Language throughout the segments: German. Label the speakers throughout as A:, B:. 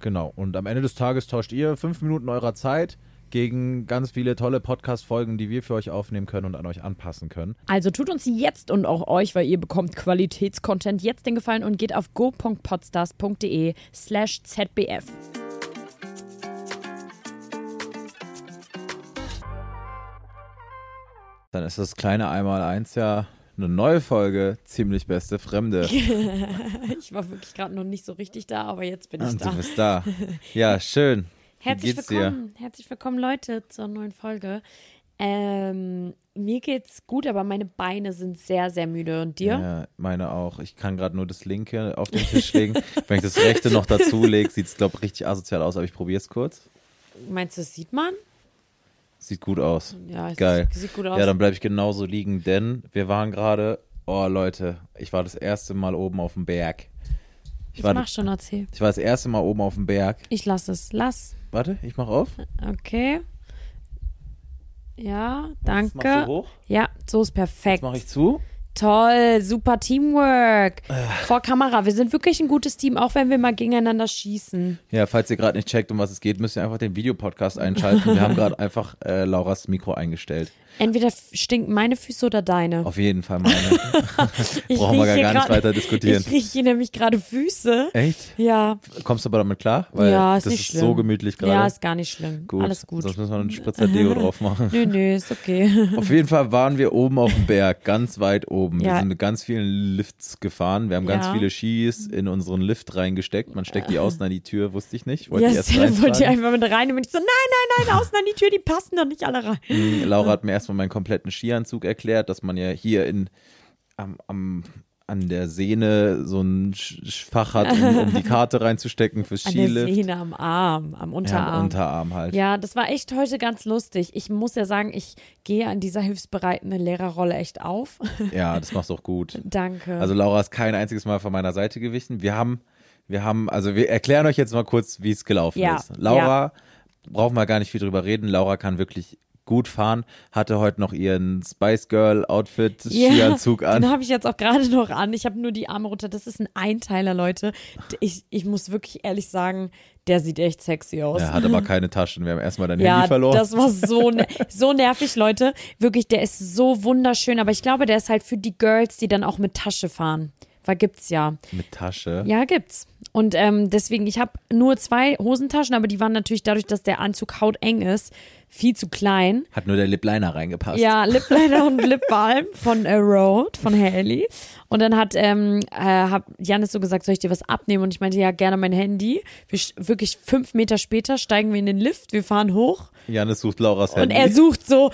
A: Genau. Und am Ende des Tages tauscht ihr fünf Minuten eurer Zeit gegen ganz viele tolle Podcast-Folgen, die wir für euch aufnehmen können und an euch anpassen können.
B: Also tut uns jetzt und auch euch, weil ihr bekommt Qualitätscontent, jetzt den Gefallen und geht auf go.podstars.de slash zbf.
A: Dann ist das kleine Einmaleins ja eine neue Folge, ziemlich beste Fremde.
B: Ich war wirklich gerade noch nicht so richtig da, aber jetzt bin ich
A: Und
B: da.
A: Ah, du bist da. Ja, schön.
B: Herzlich
A: Wie geht's dir?
B: willkommen, herzlich willkommen Leute zur neuen Folge. Ähm, mir geht's gut, aber meine Beine sind sehr, sehr müde. Und dir?
A: Ja, meine auch. Ich kann gerade nur das linke auf den Tisch legen. Wenn ich das rechte noch dazu lege, sieht es, glaube ich, richtig asozial aus, aber ich probiere es kurz.
B: Meinst du, das sieht man?
A: Sieht gut aus.
B: Ja, es
A: Geil.
B: sieht- sieht gut aus.
A: Ja, dann bleibe ich genauso liegen, denn wir waren gerade, oh Leute, ich war das erste Mal oben auf dem Berg. Ich
B: Ich
A: war,
B: mach schon, erzähl.
A: ich war das erste Mal oben auf dem Berg.
B: Ich lass es. Lass.
A: Warte, ich mach auf.
B: Okay. Ja,
A: Jetzt
B: danke.
A: machst du hoch.
B: Ja, so ist
A: Jetzt
B: perfekt.
A: mache ich Äh. zu.
B: Toll, super Teamwork. Vor Kamera, wir sind wirklich ein gutes Team, auch wenn wir mal gegeneinander schießen.
A: Ja, falls ihr gerade nicht checkt, um was es geht, müsst ihr einfach den Videopodcast einschalten. Wir haben gerade einfach äh, Lauras Mikro eingestellt.
B: Entweder f- stinken meine Füße oder deine.
A: Auf jeden Fall meine.
B: Ich
A: Oh, brauchen wir
B: riech
A: gar
B: hier
A: nicht
B: grad-
A: weiter diskutieren.
B: Ich rieche hier nämlich gerade Füße.
A: Echt?
B: Ja.
A: Kommst du aber damit klar? Weil
B: ja, ist
A: das
B: nicht
A: ist
B: schlimm.
A: so gemütlich gerade.
B: Ja, ist gar nicht schlimm. Alles gut.
A: Sonst müssen wir noch einen Spritzer Deo drauf machen.
B: Nö, nö, ist okay.
A: Auf jeden Fall waren wir oben auf dem Berg, ganz weit oben. Wir
B: Ja.
A: sind mit ganz vielen Lifts gefahren. Wir haben ganz
B: Ja.
A: viele Skis in unseren Lift reingesteckt. Man steckt die außen an die Tür, wusste ich nicht. Wollte
B: Ja,
A: ich
B: yes,
A: erst reintragen.
B: wollte ich einfach mit rein und bin ich so, nein, nein, nein, außen an die Tür, die passen doch nicht alle rein.
A: Mm, Laura hat mir erstmal meinen kompletten Skianzug erklärt, dass man ja hier in, am, am, an der Sehne so ein Sch- Sch- Fach hat, um, um die Karte reinzustecken fürs
B: An der
A: Skilift.
B: Sehne am Arm, am
A: Ja, am
B: Unterarm.
A: Unterarm halt.
B: Ja, das war echt heute ganz lustig. Ich muss ja sagen, ich gehe an dieser hilfsbereitenden Lehrerrolle echt auf.
A: Ja, das machst du auch gut.
B: Danke.
A: Also Laura ist kein einziges Mal von meiner Seite gewichen. Wir haben, wir haben, also wir erklären euch jetzt mal kurz, wie es gelaufen
B: Ja,
A: ist. Laura, brauchen wir gar nicht viel drüber reden. Laura kann wirklich gut fahren, hatte heute noch ihren Spice Girl Outfit
B: Ja,
A: Skianzug
B: Den
A: an.
B: habe ich jetzt auch gerade noch an. Ich habe nur die Arme runter. Das ist ein Einteiler, Leute. D- Ich, ich muss wirklich ehrlich sagen, der sieht echt sexy aus.
A: Er hat aber keine Taschen. Wir haben erstmal dein
B: Ja,
A: Handy verloren.
B: das war so, ne so nervig, Leute. Wirklich, der ist so wunderschön. Aber ich glaube, der ist halt für die Girls, die dann auch mit Tasche fahren. Weil gibt's ja.
A: Mit Tasche.
B: Ja, gibt's. Und ähm, deswegen, ich habe nur zwei Hosentaschen, aber die waren natürlich dadurch, dass der Anzug hauteng ist, viel zu klein.
A: Hat nur der Lip Liner reingepasst.
B: Ja, Lip Liner und Lip Balm von A Road, von Haley. Und dann hat ähm, äh, hab Janis so gesagt, soll ich dir was abnehmen? Und ich meinte, ja, gerne mein Handy. Wir, sch- wirklich fünf Meter später steigen wir in den Lift, wir fahren hoch
A: Janis sucht Lauras
B: und
A: Handy.
B: er sucht so,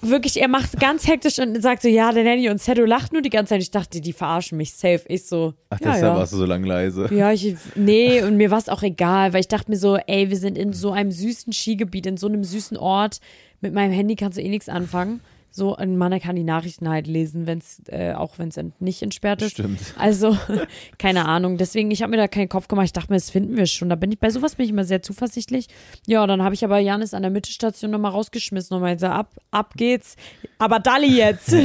B: wirklich, er macht ganz hektisch und sagt so, ja, dein Handy. Und Sedo lacht nur die ganze Zeit. Ich dachte, die verarschen mich safe. Ich so,
A: Ach,
B: ja,
A: deshalb
B: ja.
A: warst du so lang leise.
B: Ja, ich, nee, und mir war es auch egal, weil ich dachte mir so, ey, wir sind in so einem süßen Skigebiet, in so einem süßen Ort. Mit meinem Handy kannst du eh nichts anfangen. So, ein Mann, der kann die Nachrichten halt lesen, wenn's, äh, auch wenn es nicht entsperrt ist.
A: Stimmt.
B: Also, keine Ahnung. Deswegen, ich habe mir da keinen Kopf gemacht. Ich dachte mir, das finden wir schon. Da bin ich, bei sowas bin ich immer sehr zuversichtlich. Ja, dann habe ich aber Janis an der Mittelstation nochmal rausgeschmissen und meinte, ab, ab geht's. Aber Dalli jetzt.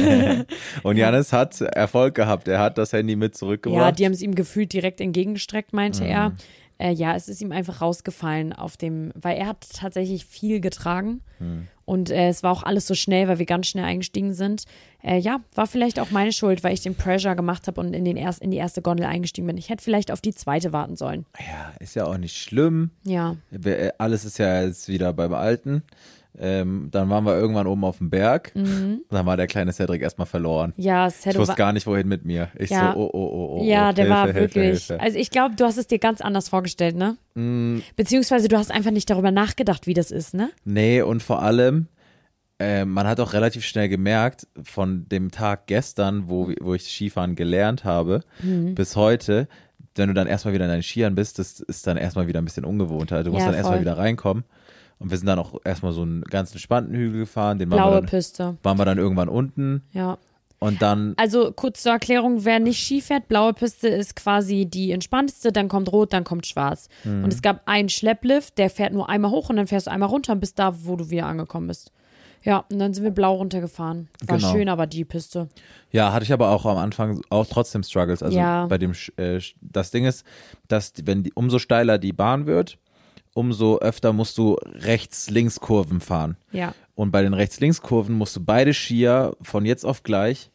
A: Und Janis hat Erfolg gehabt. Er hat das Handy mit
B: Ja,
A: zurückgebracht.
B: die haben es ihm gefühlt direkt entgegengestreckt, meinte
A: Mhm.
B: er. Äh, ja, es ist ihm einfach rausgefallen auf dem, weil er hat tatsächlich viel getragen.
A: Mhm.
B: Und äh, es war auch alles so schnell, weil wir ganz schnell eingestiegen sind. Äh, ja, war vielleicht auch meine Schuld, weil ich den Pressure gemacht habe und in, den erst, in die erste Gondel eingestiegen bin. Ich hätte vielleicht auf die zweite warten sollen.
A: ja, ist ja auch nicht schlimm.
B: Ja.
A: Wir- äh, Alles ist ja jetzt wieder beim Alten. Ähm, dann waren wir irgendwann oben auf dem Berg. Dann war der kleine Cedric erstmal verloren.
B: Mhm. Ja,
A: Ich
B: Sedo
A: wusste
B: war-
A: gar nicht, wohin mit mir. Ich
B: Ja.
A: so, oh, oh, oh, oh.
B: Ja,
A: oh,
B: der
A: Hilfe,
B: war
A: Hilfe,
B: wirklich.
A: Hilfe. Mhm.
B: Also ich glaube, du hast es dir ganz anders vorgestellt, ne? Beziehungsweise du hast einfach nicht darüber nachgedacht, wie das ist, ne?
A: Nee, und vor allem, äh, man hat auch relativ schnell gemerkt,
B: Mhm.
A: von dem Tag gestern, wo, wo ich Skifahren gelernt habe, bis heute, wenn du dann erstmal wieder in deinen Skiern bist, das ist dann erstmal wieder ein bisschen ungewohnt. Also du musst
B: Ja,
A: dann erstmal
B: voll.
A: wieder reinkommen. Und wir sind dann auch erstmal so einen ganz entspannten Hügel gefahren, den waren wir,
B: Blaue
A: dann,
B: Piste.
A: waren wir dann irgendwann unten
B: Ja.
A: und dann
B: Also kurz zur Erklärung, wer nicht Ski fährt, blaue Piste ist quasi die entspannteste, dann kommt rot, dann kommt schwarz.
A: Mhm.
B: Und es gab einen Schlepplift, der fährt nur einmal hoch und dann fährst du einmal runter und bist da, wo du wieder angekommen bist. Ja, und dann sind wir blau runtergefahren. War
A: Genau.
B: schön, aber die Piste.
A: Ja, hatte ich aber auch am Anfang auch trotzdem Struggles. Also
B: Ja.
A: bei dem, Sch- äh, Sch- das Ding ist, dass die- wenn die, umso steiler die Bahn wird, umso öfter musst du rechts-links-Kurven fahren.
B: Ja.
A: Und bei den rechts-links-Kurven musst du beide Skier von jetzt auf gleich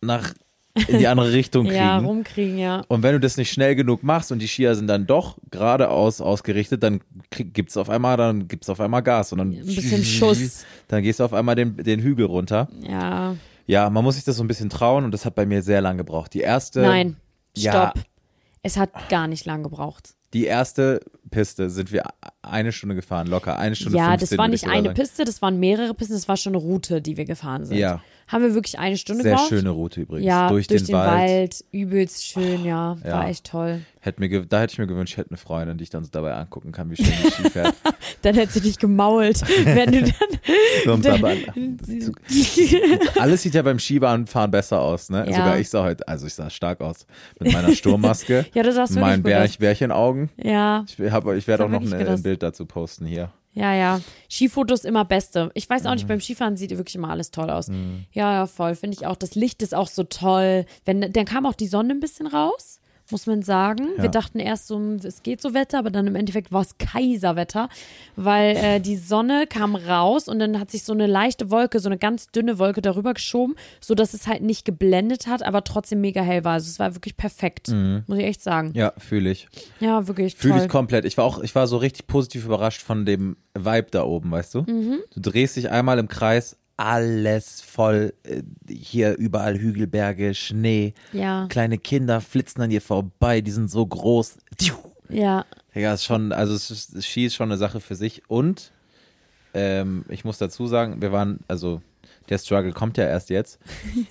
A: nach in die andere Richtung kriegen.
B: Ja, rumkriegen, ja.
A: und wenn du das nicht schnell genug machst und die Skier sind dann doch geradeaus ausgerichtet, dann krieg- gibt's auf einmal, dann gibt's auf einmal Gas und dann
B: Ein bisschen Schuss.
A: Dann gehst du auf einmal den, den Hügel runter.
B: Ja.
A: Ja, man muss sich das so ein bisschen trauen und das hat bei mir sehr lang gebraucht. Die erste,
B: Nein,
A: Äh, Ja.
B: stopp. Es hat gar nicht lang gebraucht.
A: die erste Piste sind wir eine Stunde gefahren, locker eine Stunde.
B: Ja,
A: 15,
B: das war
A: würd
B: nicht
A: ich sogar
B: eine
A: sagen.
B: Piste, das waren mehrere Pisten, das war schon eine Route, die wir gefahren sind.
A: Ja.
B: Haben wir wirklich eine Stunde
A: Sehr
B: gebraucht?
A: schöne Route übrigens.
B: Ja,
A: durch, den, Wald.
B: Wald. übelst schön, ja,
A: ja.
B: war echt toll.
A: Hätte mir, ge- da hätte ich mir gewünscht, ich hätte eine Freundin, die ich dann so dabei angucken kann, wie schön die Ski fährt.
B: Dann hättest du dich gemault, wenn du dann
A: Und aber, um alles sieht ja beim Skibahnfahren besser aus, ne?
B: Ja.
A: Sogar ich sah heute, also ich sah stark aus mit meiner Sturmmaske,
B: Ja, du sahst wirklich
A: meinen
B: gut aus.
A: Bärch, Bärchenaugen.
B: ja,
A: Ich, hab- ich werde
B: Sah
A: auch noch
B: wirklich
A: eine,
B: gut aus.
A: ein äh, Bild dazu posten hier.
B: ja, ja. Skifotos immer beste. Ich weiß auch nicht, beim Skifahren sieht wirklich immer alles toll aus. Ja, ja, voll, finde ich auch. Das Licht ist auch so toll. Wenn, dann kam auch die Sonne ein bisschen raus, muss man sagen.
A: Ja.
B: Wir dachten erst so, es geht so Wetter, aber dann im Endeffekt war es Kaiserwetter, weil äh, die Sonne kam raus und dann hat sich so eine leichte Wolke, so eine ganz dünne Wolke darüber geschoben, sodass es halt nicht geblendet hat, aber trotzdem mega hell war. Also es war wirklich perfekt, muss ich echt sagen.
A: Ja, fühle ich.
B: Ja, wirklich
A: Fühle
B: toll.
A: ich komplett. Ich war auch, ich war so richtig positiv überrascht von dem Vibe da oben, weißt du?
B: Mhm.
A: Du drehst dich einmal im Kreis, alles voll, äh, hier überall Hügelberge, Schnee,
B: Ja.
A: kleine Kinder flitzen an dir vorbei, die sind so groß. Tiu.
B: ja,
A: Digga, ist schon, also es ist, Ski ist schon eine Sache für sich und ähm, ich muss dazu sagen, wir waren, also der Struggle kommt ja erst jetzt.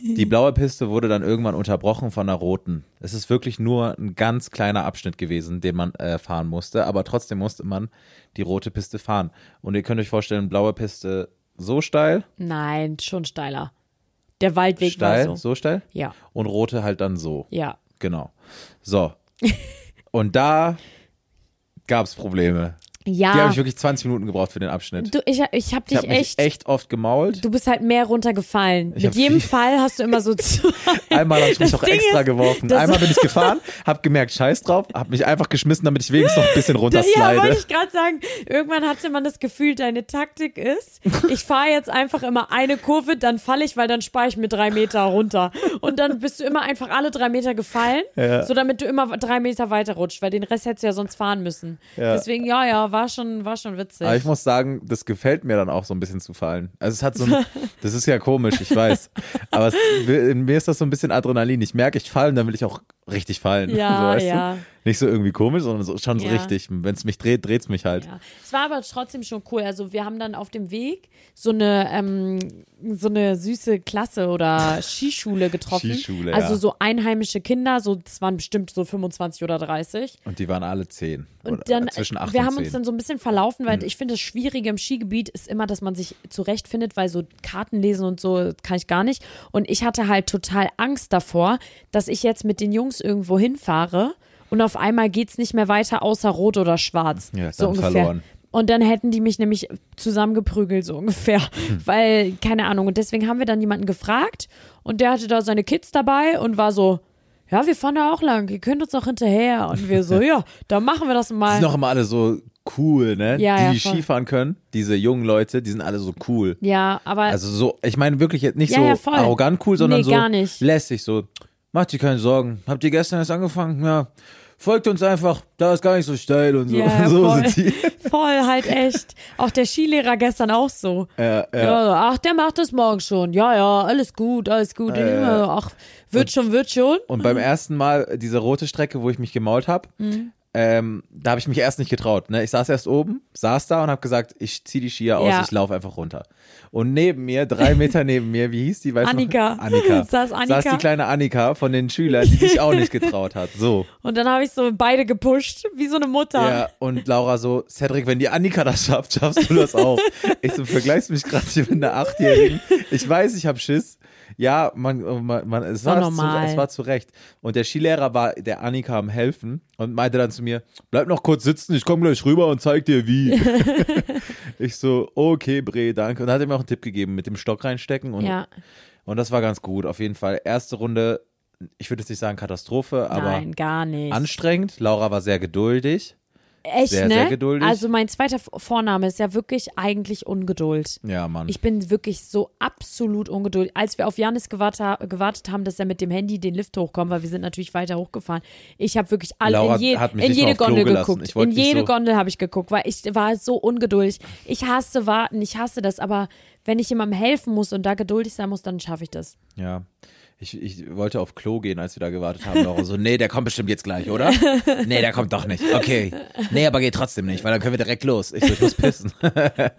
A: Die blaue Piste wurde dann irgendwann unterbrochen von einer roten. Es ist wirklich nur ein ganz kleiner Abschnitt gewesen, den man äh, fahren musste, aber trotzdem musste man die rote Piste fahren. Und ihr könnt euch vorstellen, blaue Piste so steil,
B: nein, schon steiler. Der Waldweg
A: steil,
B: war so.
A: so steil
B: Ja,
A: und rote halt dann so.
B: ja.
A: Genau. So. und da gab es Probleme.
B: Ja,
A: Die habe ich wirklich 20 Minuten gebraucht für den Abschnitt.
B: Ah. du, ich, ich hab dich
A: ich habe mich
B: echt,
A: echt, oft gemault.
B: Du bist halt mehr runtergefallen.
A: Ich
B: Mit
A: hab
B: jedem
A: viel-
B: Fall hast du immer so zu.
A: Einmal habe ich mich
B: Das
A: auch
B: Ding
A: extra
B: ist,
A: geworfen.
B: das-
A: Einmal bin ich gefahren, habe gemerkt, scheiß drauf, habe mich einfach geschmissen, damit ich wenigstens noch ein bisschen
B: ja,
A: runterslide.
B: wollte ich gerade sagen. Irgendwann hatte man das Gefühl, deine Taktik ist, ich fahre jetzt einfach immer eine Kurve, dann falle ich, weil dann spare ich mir drei Meter runter. Und dann bist du immer einfach alle drei Meter gefallen, so damit du immer drei Meter weiterrutscht, weil den Rest hättest du ja sonst fahren müssen. Deswegen, ja, ja, war schon, war schon witzig.
A: Aber ich muss sagen, das gefällt mir dann auch so ein bisschen zu fallen. Also es hat so ein, das ist ja komisch, ich weiß. Aber es, in mir ist das so ein bisschen Adrenalin. Ich merke, ich falle, und dann will ich auch richtig fallen.
B: Ja,
A: so, weißt
B: ja.
A: Du? Nicht so irgendwie komisch, sondern so, schon so
B: Ja.
A: richtig. Wenn es mich dreht, dreht es mich halt.
B: Ja. Es war aber trotzdem schon cool. Also wir haben dann auf dem Weg so eine, ähm, so eine süße Klasse oder Skischule getroffen.
A: Skischule,
B: also
A: ja.
B: so einheimische Kinder, so das waren bestimmt so 25 oder 30.
A: Und die waren alle zehn. Oder
B: Und
A: äh,
B: dann,
A: zwischen acht
B: wir
A: und
B: haben
A: zehn. Mhm.
B: uns dann so ein bisschen verlaufen, weil ich finde, das Schwierige im Skigebiet ist immer, dass man sich zurechtfindet, weil so Karten lesen und so kann ich gar nicht. Und ich hatte halt total Angst davor, dass ich jetzt mit den Jungs irgendwo hinfahre und auf einmal geht's nicht mehr weiter außer rot oder schwarz.
A: Ja,
B: so
A: dann
B: ungefähr.
A: verloren.
B: Und dann hätten die mich nämlich zusammengeprügelt, so ungefähr.
A: Hm.
B: Weil, keine Ahnung. Und deswegen haben wir dann jemanden gefragt und der hatte da seine Kids dabei und war so, ja, wir fahren da auch lang, ihr könnt uns auch hinterher. Und wir so, ja, dann machen wir das
A: Die
B: mal.
A: sind auch immer alle so cool, ne?
B: Ja,
A: die,
B: ja,
A: die
B: voll.
A: Skifahren können, diese jungen Leute, die sind alle so cool.
B: ja, aber
A: Also so, ich meine wirklich jetzt nicht
B: Ja,
A: so
B: ja, voll.
A: arrogant cool, sondern
B: Nee,
A: so
B: gar nicht.
A: lässig, so, macht dir keine Sorgen. Habt ihr gestern erst angefangen? Ja. Folgt uns einfach, da ist gar nicht so steil und so.
B: ja,
A: so
B: voll,
A: sind die.
B: voll, halt echt. Auch der Skilehrer gestern auch so.
A: Ja, ja.
B: Ja, ach, der macht das morgen schon. Ja, ja, alles gut, alles gut.
A: Ah,
B: ach, wird schon, wird schon. Mhm.
A: äh, Und beim ersten Mal diese rote Strecke, wo ich mich gemault habe, ähm, da habe ich mich erst nicht getraut. Ne? Ich saß erst oben, saß da und habe gesagt, ich ziehe die Skier aus,
B: Ja.
A: ich laufe einfach runter. Und neben mir, drei Meter neben mir, wie hieß die? Weiß
B: Annika.
A: Noch? Annika.
B: Saß Annika.
A: Saß die kleine Annika von den Schülern, die sich auch nicht getraut hat. So.
B: Und dann habe ich so beide gepusht, wie so eine Mutter.
A: Ja, und Laura so, Cedric, wenn die Annika das schafft, schaffst du das auch. ich so, vergleichst mich gerade hier mit einer Achtjährigen. Ich weiß, ich hab Schiss. Ja, man, man, man es,
B: War
A: war zu,
B: normal.
A: es war zu Recht. Und der Skilehrer war der Annika am Helfen und meinte dann zu mir, bleib noch kurz sitzen, ich komme gleich rüber und zeig dir wie. ich so, okay, Bre, danke. Und dann hat er mir auch einen Tipp gegeben mit dem Stock reinstecken und,
B: Ja.
A: und das war ganz gut. Auf jeden Fall, erste Runde, ich würde jetzt nicht sagen Katastrophe, aber
B: Nein, gar nicht.
A: anstrengend. Laura war sehr geduldig.
B: Echt,
A: sehr,
B: ne?
A: sehr geduldig.
B: Also mein zweiter V- Vorname ist ja wirklich eigentlich Ungeduld.
A: Ja, Mann.
B: Ich bin wirklich so absolut ungeduldig. Als wir auf Janis gewartet, ha- gewartet haben, dass er mit dem Handy den Lift hochkommt, weil wir sind natürlich weiter hochgefahren. Ich habe wirklich alle
A: Laura
B: in, je,
A: hat mich
B: in
A: nicht mal
B: jede
A: aufs Klo
B: Gondel
A: gelassen.
B: geguckt.
A: Ich wollte
B: in
A: nicht
B: jede
A: so-
B: Gondel habe ich geguckt, weil ich war so ungeduldig. Ich hasse warten, ich hasse das, aber wenn ich jemandem helfen muss und da geduldig sein muss, dann schaffe ich das.
A: Ja. Ich, ich wollte auf Klo gehen, als wir da gewartet haben. Laura so, nee, der kommt bestimmt jetzt gleich, oder? Nee, der kommt doch nicht. Okay. Nee, aber geht trotzdem nicht, weil dann können wir direkt los. Ich so, ich muss pissen.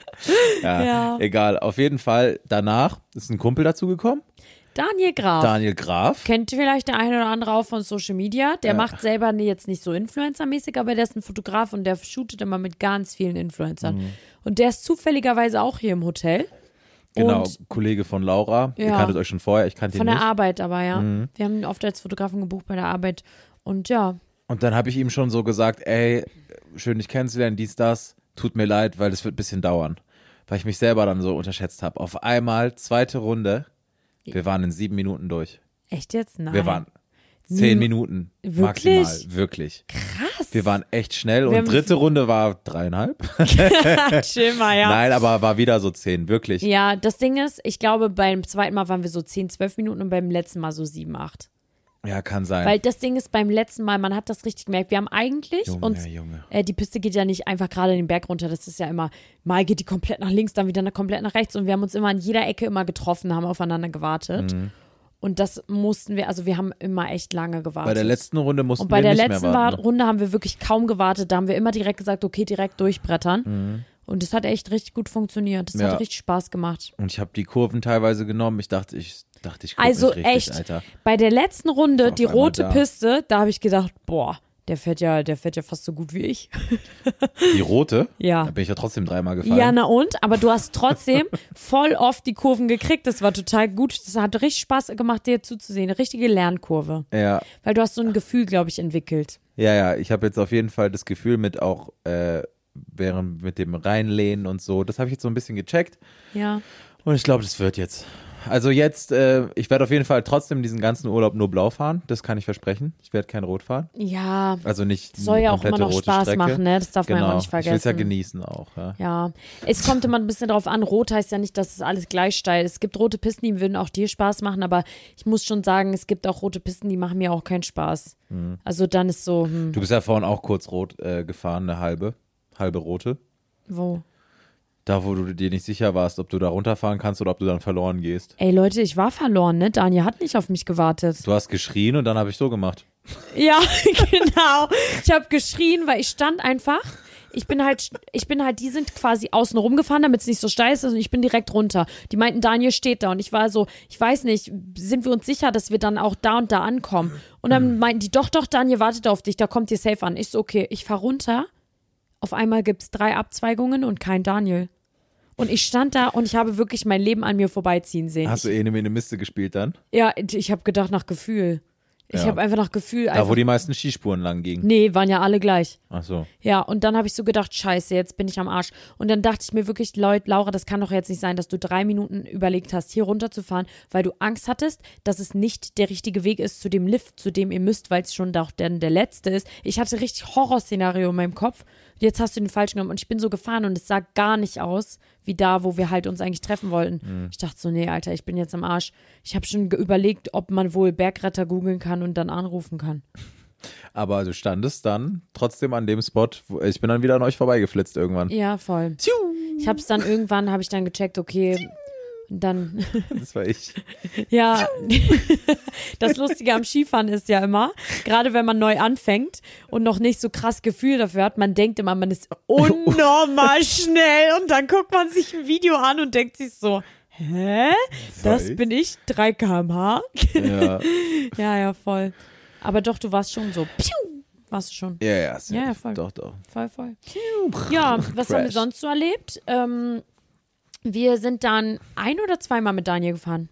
A: ja,
B: Ja.
A: Egal. Auf jeden Fall, danach ist ein Kumpel dazugekommen.
B: Daniel Graf.
A: Daniel Graf.
B: Kennt vielleicht der eine oder andere auch von Social Media. Der macht selber nee, jetzt nicht so Influencer-mäßig, aber der ist ein Fotograf und der shootet immer mit ganz vielen Influencern.
A: Mhm.
B: Und der ist zufälligerweise auch hier im Hotel.
A: Genau,
B: Und
A: Kollege von Laura. Ihr
B: Ja.
A: kanntet euch schon vorher, ich Mhm. kannte ihn
B: von der
A: nicht.
B: Arbeit aber, ja. Wir haben ihn oft als Fotografen gebucht bei der Arbeit. Und ja,
A: Und dann habe ich ihm schon so gesagt, ey, schön dich kennenzulernen, dies, das, tut mir leid, weil es wird ein bisschen dauern. Weil ich mich selber dann so unterschätzt habe. Auf einmal, zweite Runde, wir waren in sieben Minuten durch.
B: echt jetzt? Nein.
A: Wir waren zehn Minuten
B: Wirklich?
A: maximal, wirklich.
B: Krass.
A: Wir waren echt schnell
B: Wir
A: und
B: haben-
A: dritte Runde war dreieinhalb.
B: Chill mal, ja.
A: Nein, aber war wieder so zehn, wirklich.
B: Ja, das Ding ist, ich glaube, beim zweiten Mal waren wir so 10, 12 Minuten und beim letzten Mal so 7, 8.
A: Ja, kann sein.
B: Weil das Ding ist, beim letzten Mal, man hat das richtig gemerkt, wir haben eigentlich
A: Junge,
B: uns
A: Junge.
B: Äh, die Piste geht ja nicht einfach gerade den Berg runter. Das ist ja immer, mal geht die komplett nach links, dann wieder na- komplett nach rechts. Und wir haben uns immer an jeder Ecke immer getroffen, haben aufeinander gewartet.
A: Mhm.
B: Und das mussten wir, also wir haben immer echt lange gewartet.
A: Bei der letzten Runde mussten
B: und bei
A: wir
B: der
A: nicht
B: letzten
A: mehr warten.
B: Wa- Runde haben wir wirklich kaum gewartet. Da haben wir immer direkt gesagt, okay, direkt durchbrettern. Und das hat echt richtig gut funktioniert. Das
A: Mhm. Ja.
B: hat richtig Spaß gemacht.
A: Und ich habe die Kurven teilweise genommen. Ich dachte, ich dachte, ich guck
B: Also
A: nicht richtig,
B: echt,
A: Alter.
B: bei der letzten Runde,
A: auf
B: die
A: einmal
B: rote
A: da.
B: Piste, da habe ich gedacht, boah, der fährt ja, der fährt ja fast so gut wie ich.
A: Die rote?
B: Ja.
A: Da bin ich ja trotzdem dreimal gefallen.
B: Ja, na und? Aber du hast trotzdem voll oft die Kurven gekriegt. Das war total gut. Das hat richtig Spaß gemacht, dir zuzusehen. Eine richtige Lernkurve.
A: Ja,
B: Weil du hast so ein Gefühl, glaube ich, entwickelt.
A: ja, ja. Ich habe jetzt auf jeden Fall das Gefühl mit auch, äh, während mit dem Reinlehnen und so, das habe ich jetzt so ein bisschen gecheckt
B: Ja.
A: und ich glaube, das wird jetzt. Also jetzt, äh, ich werde auf jeden Fall trotzdem diesen ganzen Urlaub nur blau fahren, das kann ich versprechen. Ich werde kein Rot fahren.
B: Ja.
A: Also nicht
B: Das soll ja auch
A: komplette
B: immer noch
A: rote
B: Spaß
A: Strecke.
B: machen, ne? Das darf man ja
A: Genau,
B: auch nicht
A: ich will es ja
B: vergessen. Genau.
A: genießen auch. Ja.
B: Ja, es kommt immer ein bisschen drauf an. Rot heißt ja nicht, dass es alles gleich steil ist. Es gibt rote Pisten, die würden auch dir Spaß machen, aber ich muss schon sagen, es gibt auch rote Pisten, die machen mir auch keinen Spaß. Also dann ist so, hm,
A: Du bist ja vorhin auch kurz rot äh, gefahren, eine halbe, halbe rote.
B: wo?
A: Da, wo du dir nicht sicher warst, ob du da runterfahren kannst oder ob du dann verloren gehst.
B: Ey Leute, ich war verloren, ne? Daniel hat nicht auf mich gewartet.
A: Du hast geschrien und dann habe ich so gemacht.
B: Ja, genau. Ich habe geschrien, weil ich stand einfach. Ich bin halt, ich bin halt, die sind quasi außen rumgefahren, damit es nicht so steil ist und ich bin direkt runter. Die meinten, Daniel steht da und ich war so, ich weiß nicht, sind wir uns sicher, dass wir dann auch da und da ankommen? Und dann meinten die, doch, doch, Daniel wartet auf dich, da kommt ihr safe an. Ich so, okay, ich fahr runter. Auf einmal gibt's drei Abzweigungen und kein Daniel. Und ich stand da und ich habe wirklich mein Leben an mir vorbeiziehen sehen.
A: Hast du eh eine Mene Miste gespielt dann?
B: ja, ich habe gedacht nach Gefühl. Ich
A: Ja.
B: habe einfach nach Gefühl.
A: Da,
B: einfach
A: wo die meisten Skispuren lang gingen.
B: Nee, waren ja alle gleich.
A: Ach so.
B: Ja, und dann habe ich so gedacht, scheiße, jetzt bin ich am Arsch. Und dann dachte ich mir wirklich, Leute, Laura, das kann doch jetzt nicht sein, dass du drei Minuten überlegt hast, hier runterzufahren, weil du Angst hattest, dass es nicht der richtige Weg ist zu dem Lift, zu dem ihr müsst, weil es schon doch dann der letzte ist. Ich hatte richtig Horrorszenario in meinem Kopf. Jetzt hast du den falschen genommen und ich bin so gefahren und es sah gar nicht aus wie da, wo wir halt uns eigentlich treffen wollten. Ich dachte so, nee, Alter, ich bin jetzt am Arsch. Ich habe schon ge- überlegt, ob man wohl Bergretter googeln kann und dann anrufen kann.
A: Aber du standest dann trotzdem an dem Spot. Wo, ich bin dann wieder an euch vorbeigeflitzt irgendwann.
B: Ja, voll. Ich habe es dann irgendwann, habe ich dann gecheckt, okay, Dann,
A: Das war ich.
B: ja, das Lustige am Skifahren ist ja immer, gerade wenn man neu anfängt und noch nicht so krass Gefühl dafür hat, man denkt immer, man ist unnormal schnell und dann guckt man sich ein Video an und denkt sich so, hä? Das
A: ich?
B: bin ich, 3 kmh.
A: Ja,
B: Ja, ja, voll. Aber doch, du warst schon so, piu, warst du schon.
A: ja, ja. safe.
B: Ja, ja, voll.
A: Doch, doch.
B: Voll, voll. Ja, was haben wir
A: Crash.
B: sonst so erlebt? Ähm, wir sind dann ein oder zweimal mit Daniel gefahren.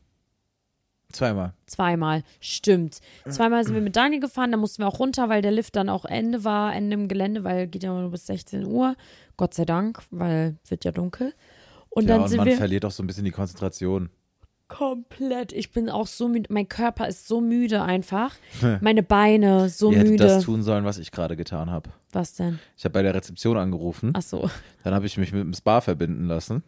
A: Zweimal.
B: Zweimal, stimmt. Zweimal sind wir mit Daniel gefahren, da mussten wir auch runter, weil der Lift dann auch Ende war, Ende im Gelände, weil geht ja nur bis 16 Uhr. Gott sei Dank, weil wird ja dunkel. Und
A: Ja,
B: dann
A: und
B: sind
A: man
B: wir
A: verliert auch so ein bisschen die Konzentration.
B: komplett, ich bin auch so müde, mein Körper ist so müde einfach. Meine Beine so
A: Ihr hättet das
B: müde.
A: tun sollen, was ich gerade getan habe.
B: Was denn?
A: Ich habe bei der Rezeption angerufen.
B: Ach so.
A: Dann habe ich mich mit dem Spa verbinden lassen.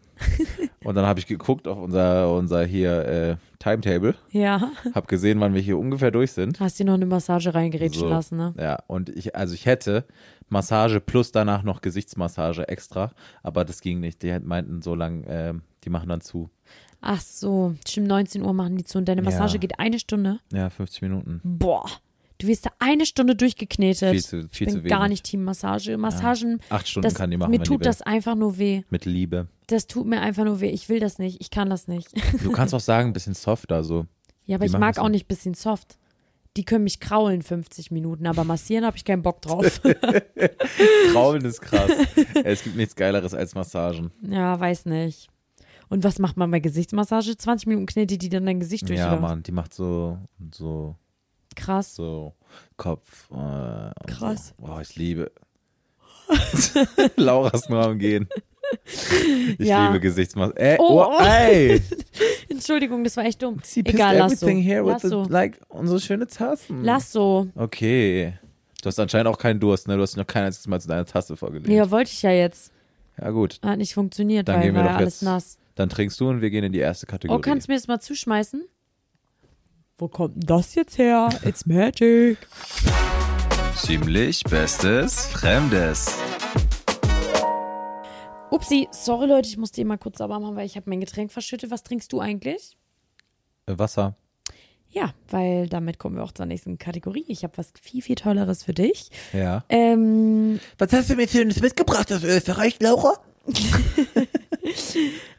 A: und dann habe ich geguckt auf unser, unser hier äh, Timetable.
B: Ja.
A: Habe gesehen, wann wir hier ungefähr durch sind.
B: Hast dir noch eine Massage reingerätschen
A: So.
B: lassen, ne?
A: Ja, und ich, also ich hätte Massage plus danach noch Gesichtsmassage extra, aber das ging nicht. Die meinten so lang, ähm, die machen dann zu.
B: Ach so, stimmt, 19 Uhr machen die zu und deine Massage
A: Ja.
B: geht eine Stunde.
A: Ja, 50 Minuten.
B: Boah, du wirst da eine Stunde durchgeknetet.
A: Viel zu- viel
B: ich bin
A: zu
B: gar
A: wenig.
B: nicht Team Massage. Massagen,
A: Acht Stunden
B: das,
A: kann die machen,
B: mir
A: wenn die
B: tut
A: will.
B: das einfach nur weh.
A: Mit Liebe.
B: Das tut mir einfach nur weh. Ich will das nicht, ich kann das nicht.
A: Du kannst auch sagen, ein bisschen softer so.
B: Ja,
A: Die
B: aber ich
A: machen
B: mag
A: das
B: auch
A: so.
B: nicht bisschen soft. Die können mich kraulen 50 Minuten, aber massieren habe ich keinen Bock drauf.
A: Kraulen ist krass. es gibt nichts Geileres als Massagen.
B: ja, weiß nicht. Und was macht man bei Gesichtsmassage? 20 Minuten knetet die dann dein Gesicht durch.
A: Ja,
B: oder was?
A: Mann, die macht so, so,
B: Krass.
A: so Kopf. Äh, und
B: Krass.
A: So. Oh, ich liebe. Laura ist nur am Gehen. Ich
B: Ja.
A: liebe Gesichtsmassage. Äh,
B: Oh,
A: oh,
B: oh.
A: ey.
B: Entschuldigung, das war echt dumm.
A: Sie pissed
B: Egal, lass so.
A: everything here
B: Lass
A: with the,
B: so.
A: like, unsere schöne Tassen.
B: Lass so.
A: Okay. Du hast anscheinend auch keinen Durst, ne? Du hast dich noch kein einziges Mal zu deiner Tasse vorgelegt.
B: Ja, wollte ich ja jetzt.
A: Ja, gut.
B: Hat nicht funktioniert,
A: Dann
B: weil
A: gehen wir
B: war
A: doch
B: ja alles
A: jetzt-
B: nass.
A: Dann trinkst du und wir gehen in die erste
B: Oh,
A: Kategorie.
B: kannst du mir das mal zuschmeißen?
C: Wo kommt denn das jetzt her? It's magic.
A: Ziemlich Bestes Fremdes.
B: Upsi, sorry Leute, ich musste eben mal kurz sauber machen, weil ich habe mein Getränk verschüttet. Was trinkst du eigentlich?
A: Äh, Wasser.
B: Ja, weil damit kommen wir auch zur nächsten Kategorie. Ich habe was viel, viel Tolleres für dich.
A: Ja.
B: Ähm,
A: Was hast du mir Schönes mitgebracht aus Österreich, Laura?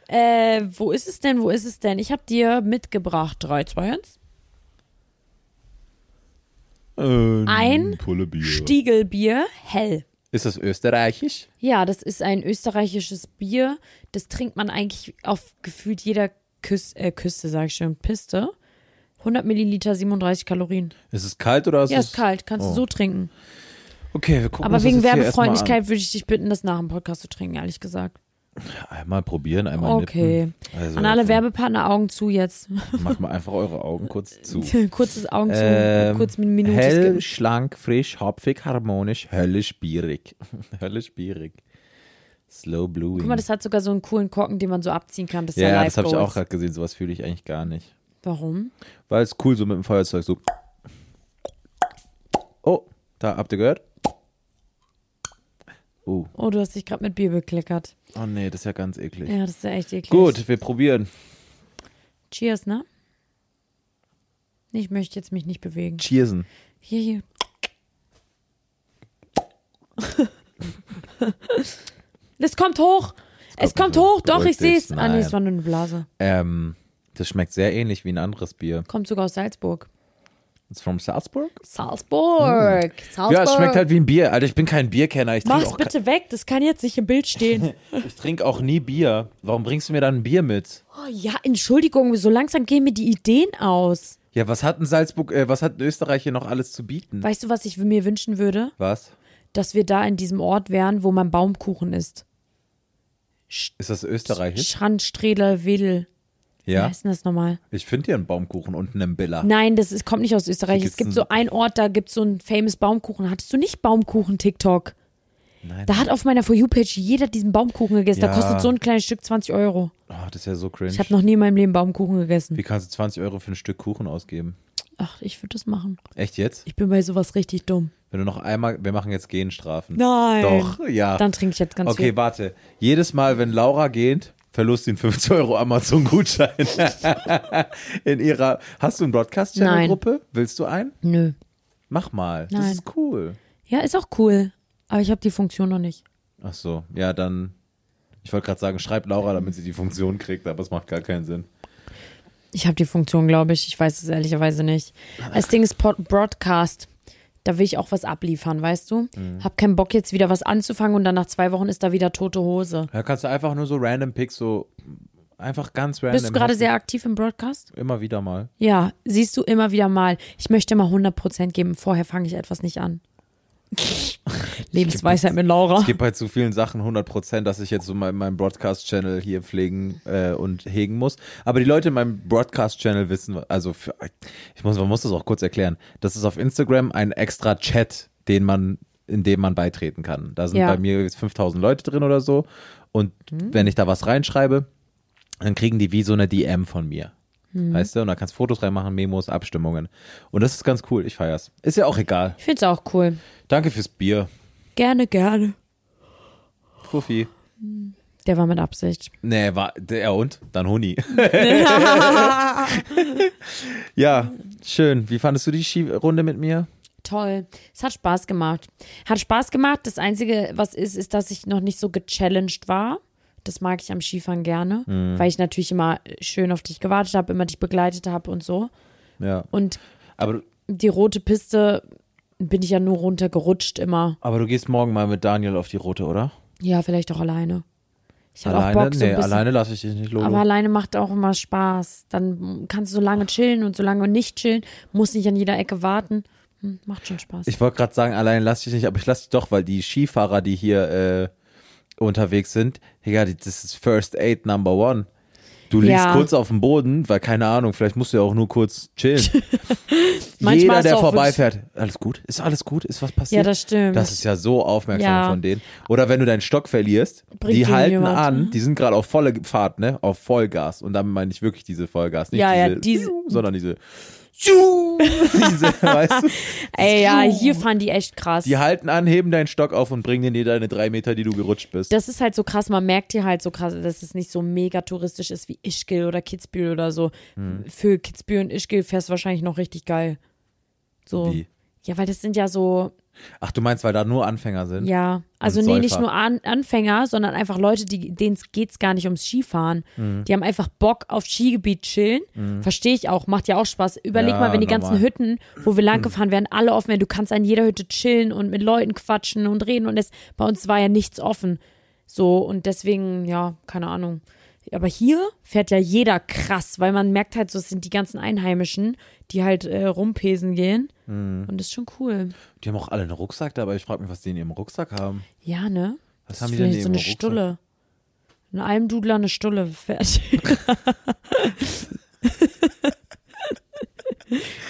B: äh, wo ist es denn? Wo ist es denn? Ich habe dir mitgebracht 3, 2, 1.
A: Ähm,
B: Ein Stiegelbier, hell.
A: Ist das österreichisch?
B: Ja, das ist ein österreichisches Bier. Das trinkt man eigentlich auf gefühlt jeder Küs äh, Küste, sag ich schon, Piste. 100 Milliliter, 37 Kalorien.
A: Ist es kalt oder ist
B: ja,
A: es...
B: ist kalt, kannst du
A: oh.
B: so trinken.
A: Okay, wir gucken
B: Aber
A: uns
B: wegen
A: das jetzt hier erstmal an.
B: Werbefreundlichkeit würde ich dich bitten, das nach dem Podcast zu trinken, ehrlich gesagt.
A: Einmal probieren, einmal nippen.
B: Okay.
A: Also,
B: An alle
A: jetzt
B: Werbepartner Augen zu jetzt.
A: Macht mal einfach eure Augen kurz zu.
B: Kurzes Augen zu,
A: Ähm,
B: kurz mit Minute.
A: Hell,
B: skippen.
A: schlank, frisch, hopfig, harmonisch, höllisch, bierig. höllisch, bierig. Slow Bluey.
B: Guck mal, das hat sogar so einen coolen Korken, den man so abziehen kann. Das ist ja
A: ja,
B: live
A: das habe ich
B: Goals.
A: auch gerade gesehen. Sowas fühle ich eigentlich gar nicht.
B: Warum?
A: Weil es cool so mit dem Feuerzeug so. Oh, da habt ihr gehört? Oh,
B: Oh, du hast dich gerade mit Bier bekleckert.
A: oh nee, das ist ja ganz eklig.
B: Ja, das ist ja echt eklig.
A: Gut, wir probieren.
B: Cheers, ne? Ich möchte jetzt mich nicht bewegen.
A: Cheersen.
B: Hier, hier. Es kommt hoch. Es kommt
A: kommt
B: hoch.
A: hoch.
B: Doch,
A: Beruhig
B: ich sehe
A: dich.
B: es. Ah, nee, es
A: Nein.
B: war nur eine Blase.
A: Ähm, das schmeckt sehr ähnlich wie ein anderes Bier.
B: Kommt sogar aus Salzburg.
A: It's from Salzburg?
B: Salzburg. Salzburg.
A: Ja, es schmeckt halt wie ein Bier. Alter, ich bin kein Bierkenner. Ich trinke
B: Mach's
A: auch, ke-
B: bitte weg. Das kann jetzt nicht im Bild stehen.
A: ich trinke auch nie Bier. Warum bringst du mir dann ein Bier mit?
B: Oh, ja, Entschuldigung. So langsam gehen mir die Ideen aus.
A: Ja, was hat denn Salzburg, äh, was hat denn Österreich hier noch alles zu bieten?
B: Weißt du, was ich mir wünschen würde?
A: Was?
B: Dass wir da in diesem Ort wären, wo man Baumkuchen isst.
A: Ist das Österreichisch?
B: Schrandstredler Wedel. Wie
A: Ja.
B: heißt denn das nochmal?
A: Ich finde hier einen Baumkuchen und einen Billa.
B: Nein, das ist, kommt nicht aus Österreich.
A: Hier
B: Es
A: gibt's ein-
B: gibt so einen Ort, da gibt es so einen famous Baumkuchen. Hattest du nicht Baumkuchen-TikTok?
A: Nein.
B: Da hat auf meiner For You-Page jeder diesen Baumkuchen gegessen. Da
A: Ja.
B: kostet so ein kleines Stück 20 Euro.
A: Oh, das ist ja so cringe.
B: Ich habe noch nie in meinem Leben Baumkuchen gegessen.
A: Wie kannst du 20 Euro für ein Stück Kuchen ausgeben?
B: Ach, ich würde das machen.
A: Echt jetzt?
B: Ich bin bei sowas richtig dumm.
A: Wenn du noch einmal, wir machen jetzt Gehenstrafen.
B: Nein.
A: Doch, ja.
B: Dann trinke ich jetzt ganz
A: Ah. okay,
B: viel.
A: warte. Jedes Mal, wenn Laura geht, Verlust den 50 Euro Amazon-Gutschein. in ihrer. Hast du einen Broadcast-Channel-Gruppe? Willst du einen?
B: Nö.
A: Mach mal. Das
B: Nein.
A: ist cool.
B: Ja, ist auch cool. Aber ich habe die Funktion noch nicht.
A: Ach so, ja, dann. Ich wollte gerade sagen, schreib Laura, damit sie die Funktion kriegt, aber es macht gar keinen Sinn.
B: Ich habe die Funktion, glaube ich. Ich weiß es ehrlicherweise nicht. Das Ding ist Pod Broadcast. Da will ich auch was abliefern, weißt du? Hab keinen Bock, jetzt wieder was anzufangen und dann nach zwei Wochen ist da wieder tote Hose.
A: Da kannst du einfach nur so random Picks, so einfach ganz random.
B: Bist du gerade
A: hast
B: sehr aktiv im Broadcast?
A: Immer wieder mal.
B: Ja, siehst du immer wieder mal. Ich möchte mal 100% geben. Vorher fange ich etwas nicht an. Lebensweisheit mit Laura.
A: Ich gebe bei zu vielen Sachen 100%, dass ich jetzt so mein- meinen Broadcast-Channel hier pflegen äh, und hegen muss. Aber die Leute in meinem Broadcast-Channel wissen, also für, ich muss, man muss das auch kurz erklären. Das ist auf Instagram ein extra Chat, den man, in dem man beitreten kann. Da sind
B: Ja.
A: bei mir jetzt 5000 Leute drin oder so. Und wenn ich da was reinschreibe, dann kriegen die wie so eine DM von mir. Weißt du, und da kannst du Fotos reinmachen, Memos, Abstimmungen. Und das ist ganz cool, ich feier's. Ist ja auch egal.
B: Ich find's auch cool.
A: Danke fürs Bier.
B: Gerne, gerne.
A: Fuffi.
B: Der war mit Absicht.
A: Nee, war der und dann Huni. ja, schön. Wie fandest du die Skirunde mit mir?
B: Toll. Es hat Spaß gemacht. Hat Spaß gemacht. Das Einzige, was ist, ist, dass ich noch nicht so gechallenged war. Das mag ich am Skifahren gerne,
A: Mhm.
B: weil ich natürlich immer schön auf dich gewartet habe, immer dich begleitet habe und so.
A: Ja.
B: Und
A: Aber, du-
B: die rote Piste bin ich ja nur runtergerutscht immer.
A: aber du gehst morgen mal mit Daniel auf die Rote, oder?
B: Ja, vielleicht auch alleine. Ich habe auch
A: Alleine?
B: Bock so
A: Nee,
B: ein bisschen.
A: alleine lasse ich dich nicht, Lolo.
B: Aber alleine macht auch immer Spaß. Dann kannst du so lange chillen und so lange nicht chillen, musst nicht an jeder Ecke warten. Hm, macht schon Spaß.
A: Ich wollte gerade sagen, allein lass dich nicht, aber ich lasse dich doch, weil die Skifahrer, die hier äh, unterwegs sind, Digga, die- das ist First Aid Number One. Du liegst
B: Ja.
A: kurz auf dem Boden, weil keine Ahnung, vielleicht musst du ja auch nur kurz chillen.
B: Manchmal
A: Jeder,
B: ist
A: der
B: auch
A: vorbeifährt, alles gut? Ist alles gut? Ist was passiert?
B: Ja, das stimmt.
A: Das ist ja so aufmerksam
B: Ja.
A: von denen. Oder wenn du deinen Stock verlierst,
B: Bringt ne?
A: die
B: dir
A: halten
B: jemand.
A: an, die sind gerade auf volle Fahrt, ne? Auf Vollgas. Und damit meine ich wirklich diese Vollgas, nicht
B: Ja, ja,
A: diese,
B: diese-
A: sondern diese, diese, weißt du?
B: Ey, ja, hier fahren die echt krass.
A: Die halten an, heben deinen Stock auf und bringen dir deine drei Meter, die du gerutscht bist.
B: Das ist halt so krass, man merkt hier halt so krass, dass es nicht so mega touristisch ist wie Ischgl oder Kitzbühel oder so.
A: Hm.
B: Für Kitzbühel und Ischgl fährst du wahrscheinlich noch richtig geil. So.
A: Wie?
B: Ja, weil das sind ja so,
A: Ach, du meinst, weil da nur Anfänger sind?
B: ja, also nee, nicht
A: Säufer.
B: nur An Anfänger, sondern einfach Leute, die, denen geht's gar nicht ums Skifahren.
A: Mhm.
B: Die haben einfach Bock auf Skigebiet chillen. Verstehe ich auch, macht ja auch Spaß. Überleg
A: Ja,
B: mal, wenn die
A: normal. Mhm.
B: ganzen Hütten, wo wir lang gefahren werden, alle offen wären. Du kannst an jeder Hütte chillen und mit Leuten quatschen und reden und es, bei uns war ja nichts offen. So und deswegen, ja, keine Ahnung. Aber hier fährt ja jeder krass, weil man merkt halt so, es sind die ganzen Einheimischen, die halt äh, rumpesen gehen.
A: Mhm.
B: Und das ist schon cool.
A: Die haben auch alle einen Rucksack dabei. Ich frage mich, was die in ihrem Rucksack haben.
B: Ja, ne?
A: Was
B: Das
A: haben
B: ist
A: die denn
B: vielleicht
A: neben
B: so eine
A: dem Rucksack?
B: Stulle. Ein Almdudler, eine Stulle. Fertig.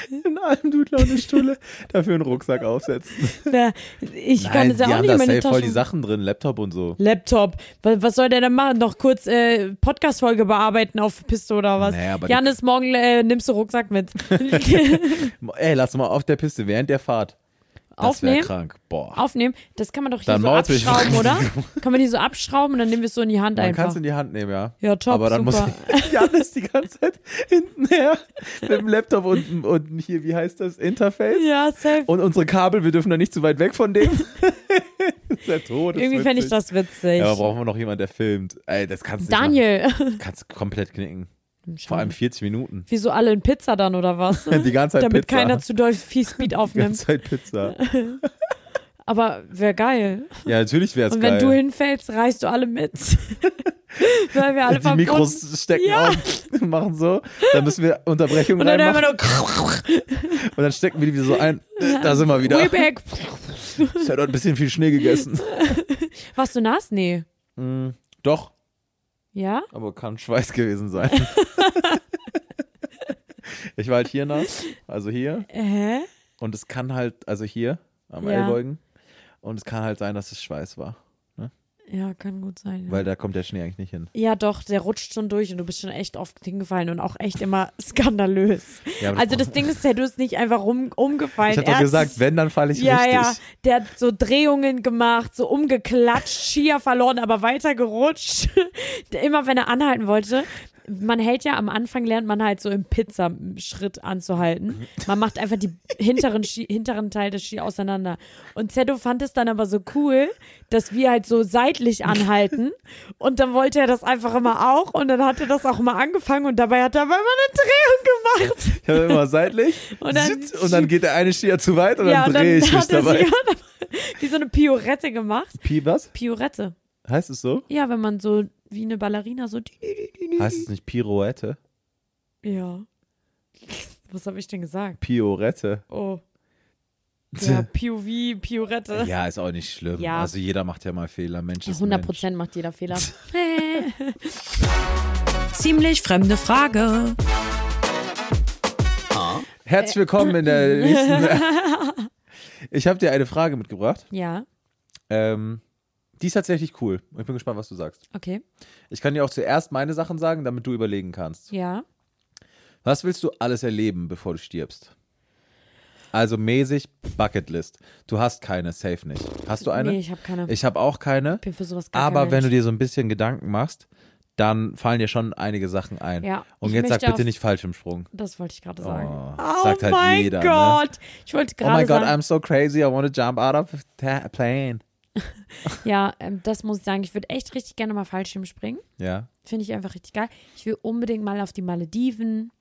A: In einem Dudler und eine Stulle dafür einen Rucksack aufsetzen.
B: Na, ich kann
A: Nein,
B: das
A: die
B: ja auch
A: haben
B: nicht
A: da
B: in meine
A: safe voll die
B: Tasche.
A: Sachen drin, Laptop und so.
B: Laptop. Was, was soll der denn machen? Noch kurz äh, Podcast-Folge bearbeiten auf Piste oder was?
A: Naja, aber die-
B: Janis, morgen äh, nimmst du Rucksack mit.
A: Ey, lass mal auf der Piste während der Fahrt. Das wäre
B: Aufnehmen?
A: krank. Boah.
B: Aufnehmen. Das kann man doch hier
A: Dann
B: so
A: mault's mich.
B: abschrauben, oder? Kann man die so abschrauben und dann nehmen wir es so in die Hand
A: Man kann
B: einfach.
A: es in die Hand nehmen, ja.
B: Ja, top,
A: Aber dann
B: super.
A: muss ich Janis die ganze Zeit hinten her mit dem Laptop und, und hier, wie heißt das, Interface.
B: ja, safe.
A: Und unsere Kabel, wir dürfen da nicht zu weit weg von dem. ist der Tod. ist
B: Irgendwie fände ich
A: witzig.
B: das witzig.
A: Ja, aber brauchen wir noch jemanden, der filmt. Ey, das kannst du nicht
B: Daniel. Mhm.
A: machen. kannst du komplett knicken. Vor allem 40 Minuten.
B: Wieso alle in Pizza dann oder was?
A: Die ganze Zeit
B: Damit
A: Pizza.
B: keiner zu doll viel Speed
A: Die ganze
B: aufnimmt.
A: Zeit Pizza.
B: Aber wäre geil.
A: Ja, natürlich wäre es
B: Und
A: geil.
B: wenn du hinfällst, reißt du alle mit. Weil wir alle
A: die
B: verbunden-
A: Mikros stecken
B: Ja.
A: auf und machen so. Dann müssen wir Unterbrechung
B: Und dann
A: reinmachen.
B: immer nur
A: Und dann stecken wir die wieder so ein. Da sind wir wieder.
B: way back.
A: Ich hat heute ein bisschen viel Schnee gegessen. Mm,
B: Warst du nass? Nee.
A: Doch,
B: Ja?
A: aber kann Schweiß gewesen sein. ich war halt hier nass, also hier.
B: Hä?
A: Und es kann halt, also hier am
B: Ja.
A: Ellbogen. Und es kann halt sein, dass es Schweiß war.
B: Ja, kann gut sein. Ja.
A: weil da kommt der Schnee eigentlich nicht hin.
B: ja, doch, der rutscht schon durch und du bist schon echt oft hingefallen und auch echt immer skandalös.
A: Ja, aber-
B: also das Ding ist, der du ist nicht einfach rum, umgefallen.
A: Ich hab doch
B: Er hat-
A: gesagt, wenn, dann falle ich
B: Ja,
A: richtig.
B: ja, der hat so Drehungen gemacht, so umgeklatscht, Skier verloren, aber weiter gerutscht. Der- Immer wenn er anhalten wollte. Man hält ja am Anfang lernt man halt so im Pizzaschritt anzuhalten. Man macht einfach die hinteren Ski, hinteren Teil des Ski auseinander. Und Zeddo fand es dann aber so cool, dass wir halt so seitlich anhalten. Und dann wollte er das einfach immer auch. Und dann hat er das auch immer angefangen. Und dabei hat er aber immer eine Drehung gemacht.
A: Ich habe immer seitlich
B: Und dann-
A: zit, und dann geht der eine Skier zu weit und
B: ja,
A: dann
B: und
A: drehe
B: dann
A: ich mich
B: hat er
A: dabei.
B: sie wie so eine Piorette gemacht.
A: Pi was?
B: Piorette.
A: Heißt es so?
B: Ja, wenn man so wie eine Ballerina so. di- di- di- di-
A: Heißt es nicht Pirouette?
B: Ja. Was habe ich denn gesagt?
A: Piorette.
B: Oh. Ja, POV, Piorette.
A: Ja, ist auch nicht schlimm.
B: Äh. Ja.
A: Also jeder macht ja mal Fehler. Mensch ist ein
B: 100 Prozent macht jeder Fehler.
C: Ziemlich fremde Frage.
A: Mensch. Herzlich willkommen in der
B: Äh.
A: nächsten. ich habe dir eine Frage mitgebracht.
B: ja,
A: Ähm, die ist tatsächlich cool. Ich bin gespannt, was du sagst.
B: okay.
A: Ich kann dir auch zuerst meine Sachen sagen, damit du überlegen kannst.
B: Ja.
A: Was willst du alles erleben, bevor du stirbst? Also mäßig Bucketlist. Du hast keine, safe nicht. Hast du eine?
B: Nee, ich habe keine. Ich
A: Ich habe auch keine.
B: bin für sowas gar
A: Aber
B: kein
A: wenn du
B: Mensch.
A: dir so ein bisschen Gedanken machst, dann fallen dir schon einige Sachen ein.
B: Ja,
A: Und
B: ich
A: jetzt sag
B: möchte
A: bitte
B: auf-
A: nicht Fallschirmsprung.
B: Das wollte ich gerade sagen.
A: Oh,
B: Oh,
A: sagt halt
B: mein
A: jeder, ne?
B: Gott. Ich wollte
A: Oh my
B: gerade
A: god,
B: sagen.
A: I'm so crazy, I want to jump out of a plane.
B: ja, ähm, das muss ich sagen. Ich würde echt richtig gerne mal Fallschirm springen.
A: Ja.
B: Finde ich einfach richtig geil. Ich will unbedingt mal auf die Malediven.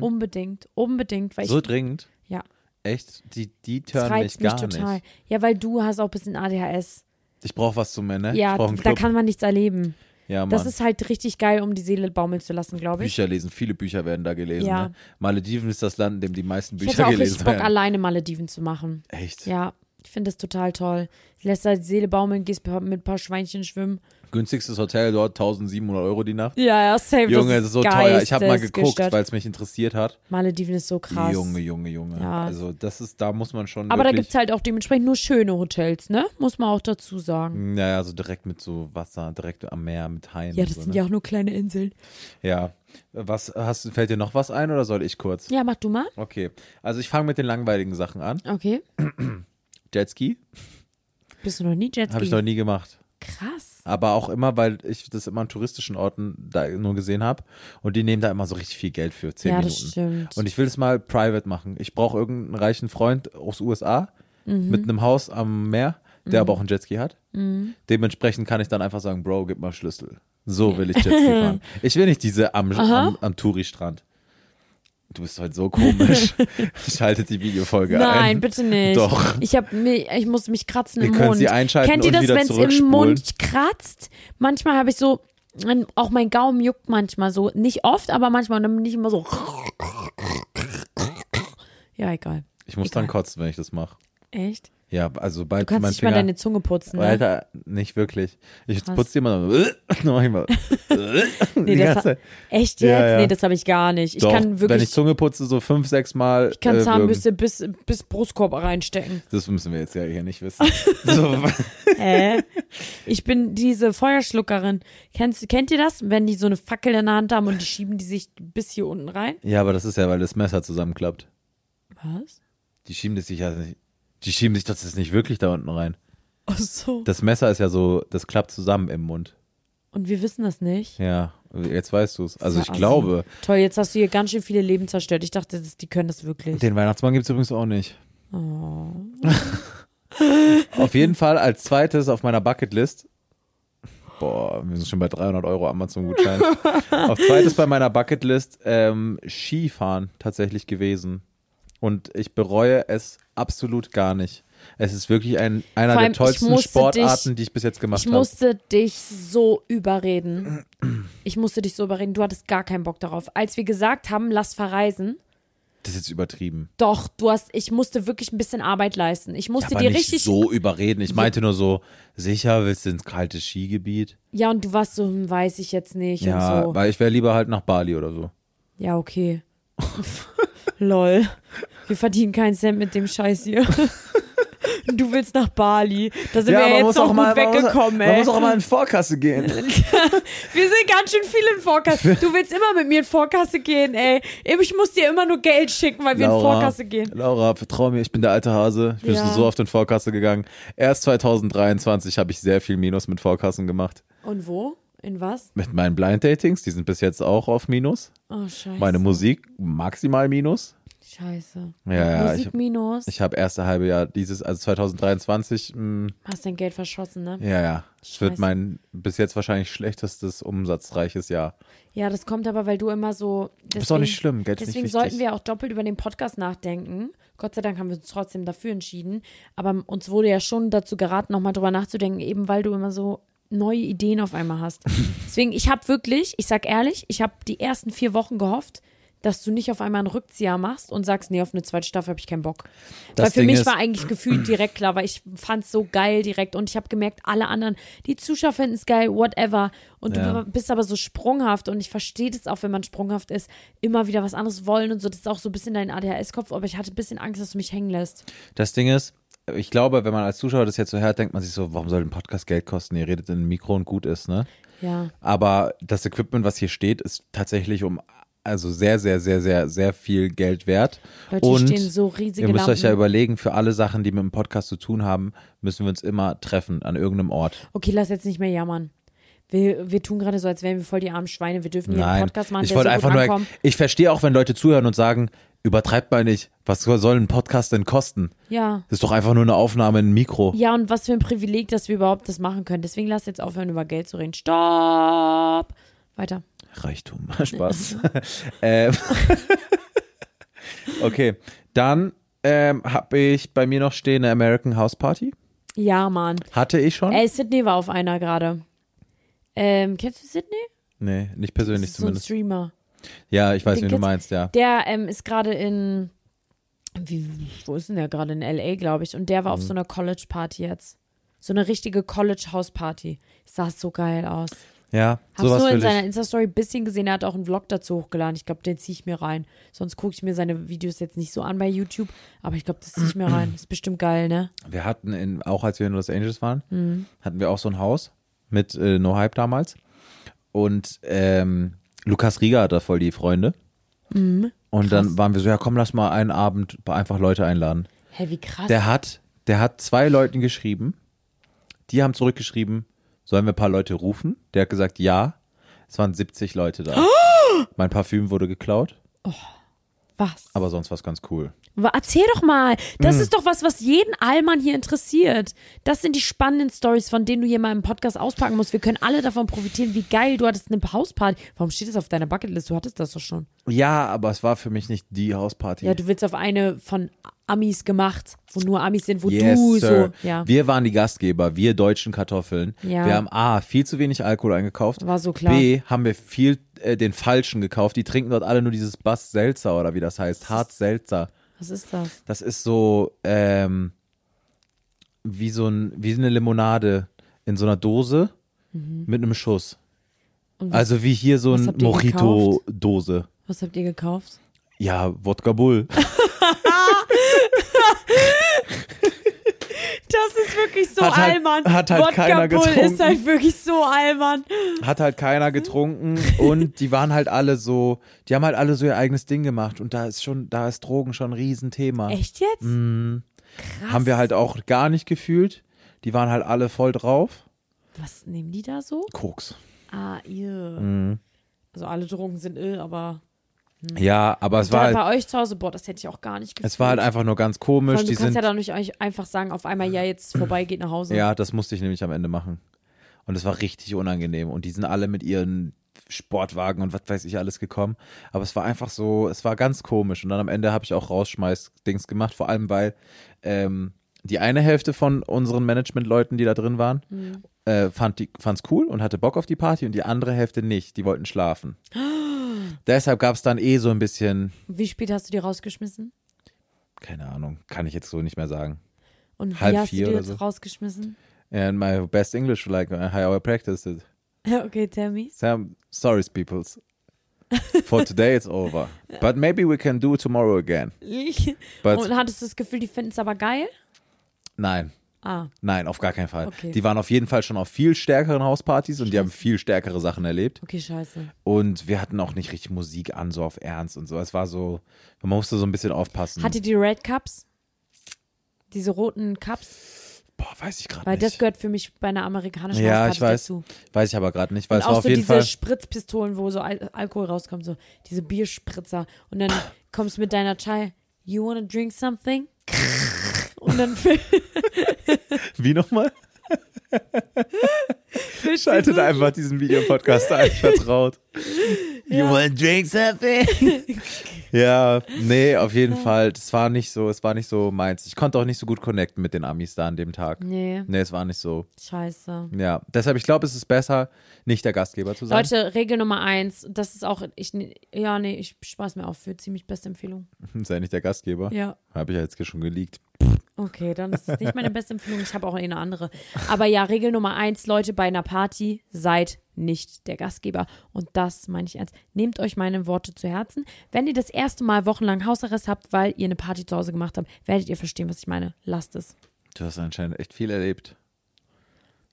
B: Unbedingt, unbedingt, weil
A: Mhm. So
B: ich
A: dringend.
B: ja,
A: Echt? Die, die
B: das
A: turn mich
B: reizt mich
A: gar
B: total.
A: nicht.
B: Ja, weil du hast auch ein bisschen ADHS.
A: Ich brauche was zum Ende. ne?
B: Ja,
A: ich brauche einen
B: da
A: Club.
B: kann man nichts erleben.
A: ja, Mann.
B: Das ist halt richtig geil, um die Seele baumeln zu lassen, glaube ich.
A: Bücher lesen. Viele Bücher werden da gelesen.
B: Ja.
A: Ne? Malediven ist das Land, in dem die meisten
B: Ich
A: Bücher
B: hätte auch
A: gelesen
B: richtig Bock,
A: werden.
B: alleine Malediven zu machen.
A: Echt?
B: Ja, ich finde das total toll. Lässt halt die Seele baumeln, gehst mit ein paar Schweinchen schwimmen.
A: Günstigstes Hotel dort, 1700 Euro die Nacht.
B: Ja, ja, safe.
A: Junge,
B: das
A: das
B: ist
A: ist so teuer. Ich habe mal geguckt,
B: geistesgestört.
A: weil es mich interessiert hat.
B: Malediven ist so krass.
A: Junge, Junge, Junge.
B: Ja.
A: Also das ist, da muss man schon.
B: Aber da
A: wirklich,
B: gibt es halt auch dementsprechend nur schöne Hotels, ne? Muss man auch dazu sagen.
A: Naja, so direkt mit so Wasser, direkt am Meer, mit Haien.
B: Ja,
A: und
B: das
A: so,
B: sind
A: ne?
B: ja auch nur kleine Inseln.
A: Ja. Was hast fällt dir noch was ein oder soll ich kurz?
B: Ja, mach du mal.
A: Okay. Also ich fange mit den langweiligen Sachen an.
B: Okay.
A: Jetski
B: Bist du noch nie Jetski?
A: habe ich noch nie gemacht.
B: Krass.
A: Aber auch immer, weil ich das immer an touristischen Orten da nur gesehen habe. Und die nehmen da immer so richtig viel Geld für. Zehn
B: Ja, das
A: Minuten.
B: stimmt.
A: Und ich will es mal private machen. Ich brauche irgendeinen reichen Freund aus USA
B: Mhm.
A: mit einem Haus am Meer, der aber auch einen Jetski hat.
B: Mhm.
A: Dementsprechend kann ich dann einfach sagen, Bro, gib mal Schlüssel. So will ich Jetski fahren. Ich will nicht diese am, am, am Touri-Strand. Du bist heute so komisch. Schaltet die Videofolge ein.
B: Nein, bitte nicht.
A: Doch.
B: Ich hab mir, ich muss mich kratzen
A: Ihr
B: im
A: könnt
B: Mund.
A: sie einschalten
B: Kennt ihr
A: und
B: das,
A: wieder
B: wenn es im
A: zurückspulen.
B: Mund kratzt? Manchmal habe ich so, auch mein Gaumen juckt manchmal so. Nicht oft, aber manchmal und dann bin ich immer so. Ja, egal.
A: Ich muss dann kotzen, wenn ich das mache.
B: Echt?
A: Ja, also bald
B: Du kannst
A: mein
B: nicht
A: Finger.
B: mal deine Zunge putzen, ne?
A: Alter, nicht wirklich. Ich
B: Krass.
A: putze immer noch mal. nee,
B: nee, das, echt jetzt?
A: Ja, ja.
B: Nee, das habe ich gar nicht. Ich
A: Doch,
B: kann
A: wenn ich
B: wirklich,
A: Zunge putze, so fünf, sechs Mal.
B: ich kann
A: äh, würgen.
B: Zahnbürste bis, bis Brustkorb reinstecken.
A: Das müssen wir jetzt ja hier nicht wissen. so,
B: Hä? Ich bin diese Feuerschluckerin. Kennst, kennt ihr das? Wenn die so eine Fackel in der Hand haben und die schieben die sich bis hier unten rein?
A: ja, aber das ist ja, weil das Messer zusammenklappt.
B: Was?
A: Die schieben das sich ja nicht. Die schieben sich das jetzt nicht wirklich da unten rein.
B: Ach so.
A: Das Messer ist ja so, das klappt zusammen im Mund.
B: Und wir wissen das nicht.
A: Ja, jetzt weißt du es. Also
B: Na,
A: ich glaube,
B: Toll, jetzt hast du hier ganz schön viele Leben zerstört. Ich dachte, das, die können das wirklich.
A: den Weihnachtsmann gibt es übrigens auch nicht.
B: Oh.
A: auf jeden Fall als zweites auf meiner Bucketlist. Boah, wir sind schon bei 300 Euro Amazon-Gutschein. auf zweites bei meiner Bucketlist ähm, Skifahren tatsächlich gewesen. Und ich bereue es absolut gar nicht. Es ist wirklich ein, einer
B: Vor
A: der
B: allem, ich
A: tollsten
B: musste
A: Sportarten,
B: dich-
A: die ich bis jetzt gemacht
B: Ich
A: habe.
B: musste dich so überreden. Ich musste dich so überreden. Du hattest gar keinen Bock darauf. Als wir gesagt haben, lass verreisen,
A: Das ist jetzt übertrieben.
B: doch, du hast, ich musste wirklich ein bisschen Arbeit leisten. Ich musste
A: Aber
B: dir
A: nicht
B: richtig
A: so überreden. Ich meinte nur so, sicher willst du ins kalte Skigebiet?
B: Ja, und du warst so, hm, weiß ich jetzt nicht
A: Ja,
B: und so.
A: weil ich wäre lieber halt nach Bali oder so.
B: Ja, okay. Lol. Wir verdienen keinen Cent mit dem Scheiß hier. Du willst nach Bali. Da sind
A: ja,
B: wir
A: man
B: ja
A: muss
B: jetzt
A: auch
B: noch
A: mal,
B: gut
A: man muss,
B: weggekommen,
A: man
B: ey.
A: muss auch mal in Vorkasse gehen.
B: Wir sind ganz schön viel in Vorkasse. Du willst immer mit mir in Vorkasse gehen, ey. Ich muss dir immer nur Geld schicken, weil wir in Vorkasse gehen.
A: Laura, vertrau mir, ich bin der alte Hase. Ich bin
B: Ja.
A: schon so oft in Vorkasse gegangen. Erst 2023 habe ich sehr viel Minus mit Vorkassen gemacht.
B: Und wo? In was?
A: Mit meinen Blind Datings, die sind bis jetzt auch auf Minus.
B: Oh, scheiße.
A: Meine Musik maximal Minus.
B: scheiße.
A: Ja, ja,
B: Musik
A: ich-
B: minus.
A: Ich habe erste halbe Jahr dieses, also 2023, mh,
B: Hast dein Geld verschossen, ne?
A: ja, ja. Es wird
B: Scheiße.
A: mein bis jetzt wahrscheinlich schlechtestes umsatzreiches Jahr.
B: Ja, das kommt aber, weil du immer so. Deswegen,
A: doch nicht schlimm, Geld ist
B: Deswegen
A: nicht
B: sollten
A: wichtig.
B: wir auch doppelt über den Podcast nachdenken. Gott sei Dank haben wir uns trotzdem dafür entschieden. Aber uns wurde ja schon dazu geraten, nochmal drüber nachzudenken, eben weil du immer so neue Ideen auf einmal hast. Deswegen, ich habe wirklich, ich sag ehrlich, ich habe die ersten vier Wochen gehofft, dass du nicht auf einmal einen Rückzieher machst und sagst, nee, auf eine zweite Staffel habe ich keinen Bock.
A: Das
B: weil für
A: Ding
B: mich
A: ist-
B: war eigentlich gefühlt direkt klar, weil ich fand es so geil direkt und ich habe gemerkt, alle anderen, die Zuschauer finden es geil, whatever. Und
A: Ja.
B: du bist aber so sprunghaft und ich verstehe das auch, wenn man sprunghaft ist, immer wieder was anderes wollen und so. Das ist auch so ein bisschen dein ADHS-Kopf, aber ich hatte ein bisschen Angst, dass du mich hängen lässt.
A: Das Ding ist, ich glaube, wenn man als Zuschauer das jetzt so hört, denkt man sich so, warum soll ein Podcast Geld kosten? Ihr redet in ein Mikro und gut ist, ne?
B: Ja.
A: Aber das Equipment, was hier steht, ist tatsächlich um also sehr, sehr, sehr, sehr, sehr viel Geld wert.
B: Leute, hier
A: und
B: stehen so riesige
A: ihr müsst euch ja
B: Lampen.
A: überlegen, für alle Sachen, die mit dem Podcast zu tun haben, müssen wir uns immer treffen an irgendeinem Ort.
B: Okay, lass jetzt nicht mehr jammern. Wir, wir tun gerade so, als wären wir voll die armen Schweine. Wir dürfen hier einen
A: Nein,
B: Podcast machen,
A: ich
B: der so
A: wollte
B: gut
A: einfach nur,
B: ankommt.
A: ich verstehe auch, wenn Leute zuhören und sagen, übertreibt mal nicht, was soll ein Podcast denn kosten?
B: Ja.
A: Das ist doch einfach nur eine Aufnahme in ein Mikro.
B: Ja, und was für ein Privileg, dass wir überhaupt das machen können. Deswegen lass jetzt aufhören, über Geld zu reden. Stopp! Weiter.
A: Reichtum. Spaß. ähm. okay, dann ähm, habe ich bei mir noch stehen eine American House Party.
B: Ja, Mann.
A: Hatte ich schon.
B: Ey, Sydney war auf einer gerade. Ähm, kennst du Sydney?
A: nee, nicht
B: Das
A: persönlich
B: ist so ein
A: zumindest.
B: Streamer.
A: Ja, ich weiß,
B: Den
A: wie du
B: Kids-
A: meinst, ja.
B: Der ähm, ist gerade in. Wie, wo ist denn der gerade? In L.A., glaube ich. Und der
A: Mhm.
B: war auf so einer College-Party jetzt. So eine richtige College-House-Party. Sah so geil aus.
A: Ja,
B: Hab's
A: sowas
B: nur in
A: will
B: seiner
A: ich.
B: Insta-Story ein bisschen gesehen. Er hat auch einen Vlog dazu hochgeladen. Ich glaube, den ziehe ich mir rein. Sonst gucke ich mir seine Videos jetzt nicht so an bei YouTube. Aber ich glaube, das ziehe ich mir rein. Ist bestimmt geil, ne?
A: Wir hatten, in, auch als wir in Los Angeles waren,
B: Mhm.
A: hatten wir auch so ein Haus mit äh, No Hype damals. Und ähm, Lukas Rieger hat da voll die Freunde.
B: Mhm.
A: Und dann waren wir so, ja komm, lass mal einen Abend einfach Leute einladen.
B: Hä, wie krass.
A: Der hat, der hat zwei Leuten geschrieben. Die haben zurückgeschrieben, sollen wir ein paar Leute rufen? Der hat gesagt, ja. Es waren 70 Leute da. Mein Parfüm wurde geklaut,
B: was?
A: aber sonst war es ganz cool.
B: Wa- Erzähl doch mal. Das
A: Hm.
B: ist doch was, was jeden Allmann hier interessiert. Das sind die spannenden Stories, von denen du hier mal im Podcast auspacken musst. Wir können alle davon profitieren, wie geil du hattest eine Hausparty. Warum steht das auf deiner Bucketlist? Du hattest das doch schon.
A: Ja, aber es war für mich nicht die Hausparty.
B: Ja, du willst auf eine von Amis gemacht, wo nur Amis sind, wo
A: yes,
B: du
A: Sir.
B: so. Ja.
A: Wir waren die Gastgeber, wir deutschen Kartoffeln.
B: Ja.
A: Wir haben A, viel zu wenig Alkohol eingekauft.
B: War so klar.
A: B, haben wir viel äh, den Falschen gekauft. Die trinken dort alle nur dieses Bass Seltzer oder wie das heißt. Hart Seltzer.
B: Was ist das?
A: Das ist so ähm, wie so ein, wie eine Limonade in so einer Dose mit einem Schuss.
B: Mhm. Und was,
A: Also wie hier so
B: was
A: ein
B: habt ihr
A: Mojito-Dose.
B: was habt ihr gekauft?
A: Ja, Wodka Bull.
B: Das ist wirklich so
A: Hat halt-
B: Allmann.
A: hat halt
B: Wodka
A: keiner
B: Bull
A: getrunken.
B: ist halt wirklich so Allmann.
A: Hat halt
B: Mhm.
A: keiner getrunken und die waren halt alle so, die haben halt alle so ihr eigenes Ding gemacht und da ist schon, da ist Drogen schon ein Riesenthema.
B: Echt jetzt?
A: Hm. Haben wir halt auch gar nicht gefühlt. Die waren halt alle voll drauf.
B: Was nehmen die da so?
A: Koks.
B: Ah, ihr.
A: Hm.
B: Also alle Drogen sind ill, aber
A: Ja, aber es war,
B: Mhm. da
A: halt,
B: bei euch zu Hause, boah, das hätte ich auch gar nicht gefühlt.
A: es war halt einfach nur ganz
B: Vor
A: komisch.
B: allem, du
A: Die sind,
B: kannst ja dann nicht euch einfach sagen, auf einmal, ja, jetzt vorbei, geht nach Hause.
A: Ja, das musste ich nämlich am Ende machen. Und es war richtig unangenehm. Und die sind alle mit ihren Sportwagen und was weiß ich alles gekommen. Aber es war einfach so, es war ganz komisch. Und dann am Ende habe ich auch Rausschmeiß-Dings gemacht, vor allem weil ähm, die eine Hälfte von unseren Management-Leuten, die da drin waren, äh, fand die, fand's cool und hatte Bock auf die Party und die andere Hälfte nicht. Die wollten schlafen. Deshalb gab es dann eh so ein bisschen,
B: Wie spät hast du die rausgeschmissen?
A: keine Ahnung, kann ich jetzt so nicht mehr sagen.
B: Und wie
A: Halb
B: hast du die
A: vier oder
B: jetzt
A: so.
B: rausgeschmissen?
A: And my best English, like uh, how I practiced it.
B: Okay, tell me.
A: Sam, sorry, peoples. For today it's over. But maybe we can do tomorrow again. But
B: Und hattest du das Gefühl, die finden es aber geil?
A: Nein.
B: Ah,
A: Nein, auf gar keinen Fall.
B: Okay.
A: Die waren auf jeden Fall schon auf viel stärkeren Hauspartys und die haben viel stärkere Sachen erlebt.
B: okay, scheiße.
A: Und wir hatten auch nicht richtig Musik an, so auf Ernst und so. Es war so, man musste so ein bisschen aufpassen.
B: Hatte die Red Cups? Diese roten Cups?
A: Boah, weiß ich gerade
B: Weil
A: nicht.
B: das gehört für mich bei einer amerikanischen
A: ja,
B: Hausparty
A: ich weiß.
B: dazu.
A: Weiß ich aber gerade nicht, weil
B: Und
A: es war
B: auch
A: auf
B: so
A: jeden
B: diese
A: Fall.
B: Spritzpistolen, wo so Al Alkohol rauskommt, so diese Bierspritzer. Und dann kommst du mit deiner Chai, you wanna drink something? Und dann fü-
A: Wie nochmal? Schaltet einfach diesen Videopodcast ein, vertraut. You want to drink something? ja, nee, auf jeden Fall. Das war nicht so, es war nicht so meins. Ich konnte auch nicht so gut connecten mit den Amis da an dem Tag.
B: Nee,
A: Nee, es war nicht so.
B: scheiße.
A: Ja, deshalb, ich glaube, es ist besser, nicht der Gastgeber zu sein.
B: Leute, Regel Nummer eins, das ist auch, ich, ja, nee, ich spaß mir auf für ziemlich beste Empfehlung.
A: Sei nicht der Gastgeber.
B: Ja.
A: Habe ich ja jetzt schon geleakt.
B: Okay, dann ist es nicht meine beste Empfehlung. Ich habe auch eine andere. Aber ja, Regel Nummer eins, Leute, bei einer Party seid nicht der Gastgeber. Und das meine ich ernst. Nehmt euch meine Worte zu Herzen. Wenn ihr das erste Mal wochenlang Hausarrest habt, weil ihr eine Party zu Hause gemacht habt, werdet ihr verstehen, was ich meine. Lasst es.
A: Du hast anscheinend echt viel erlebt.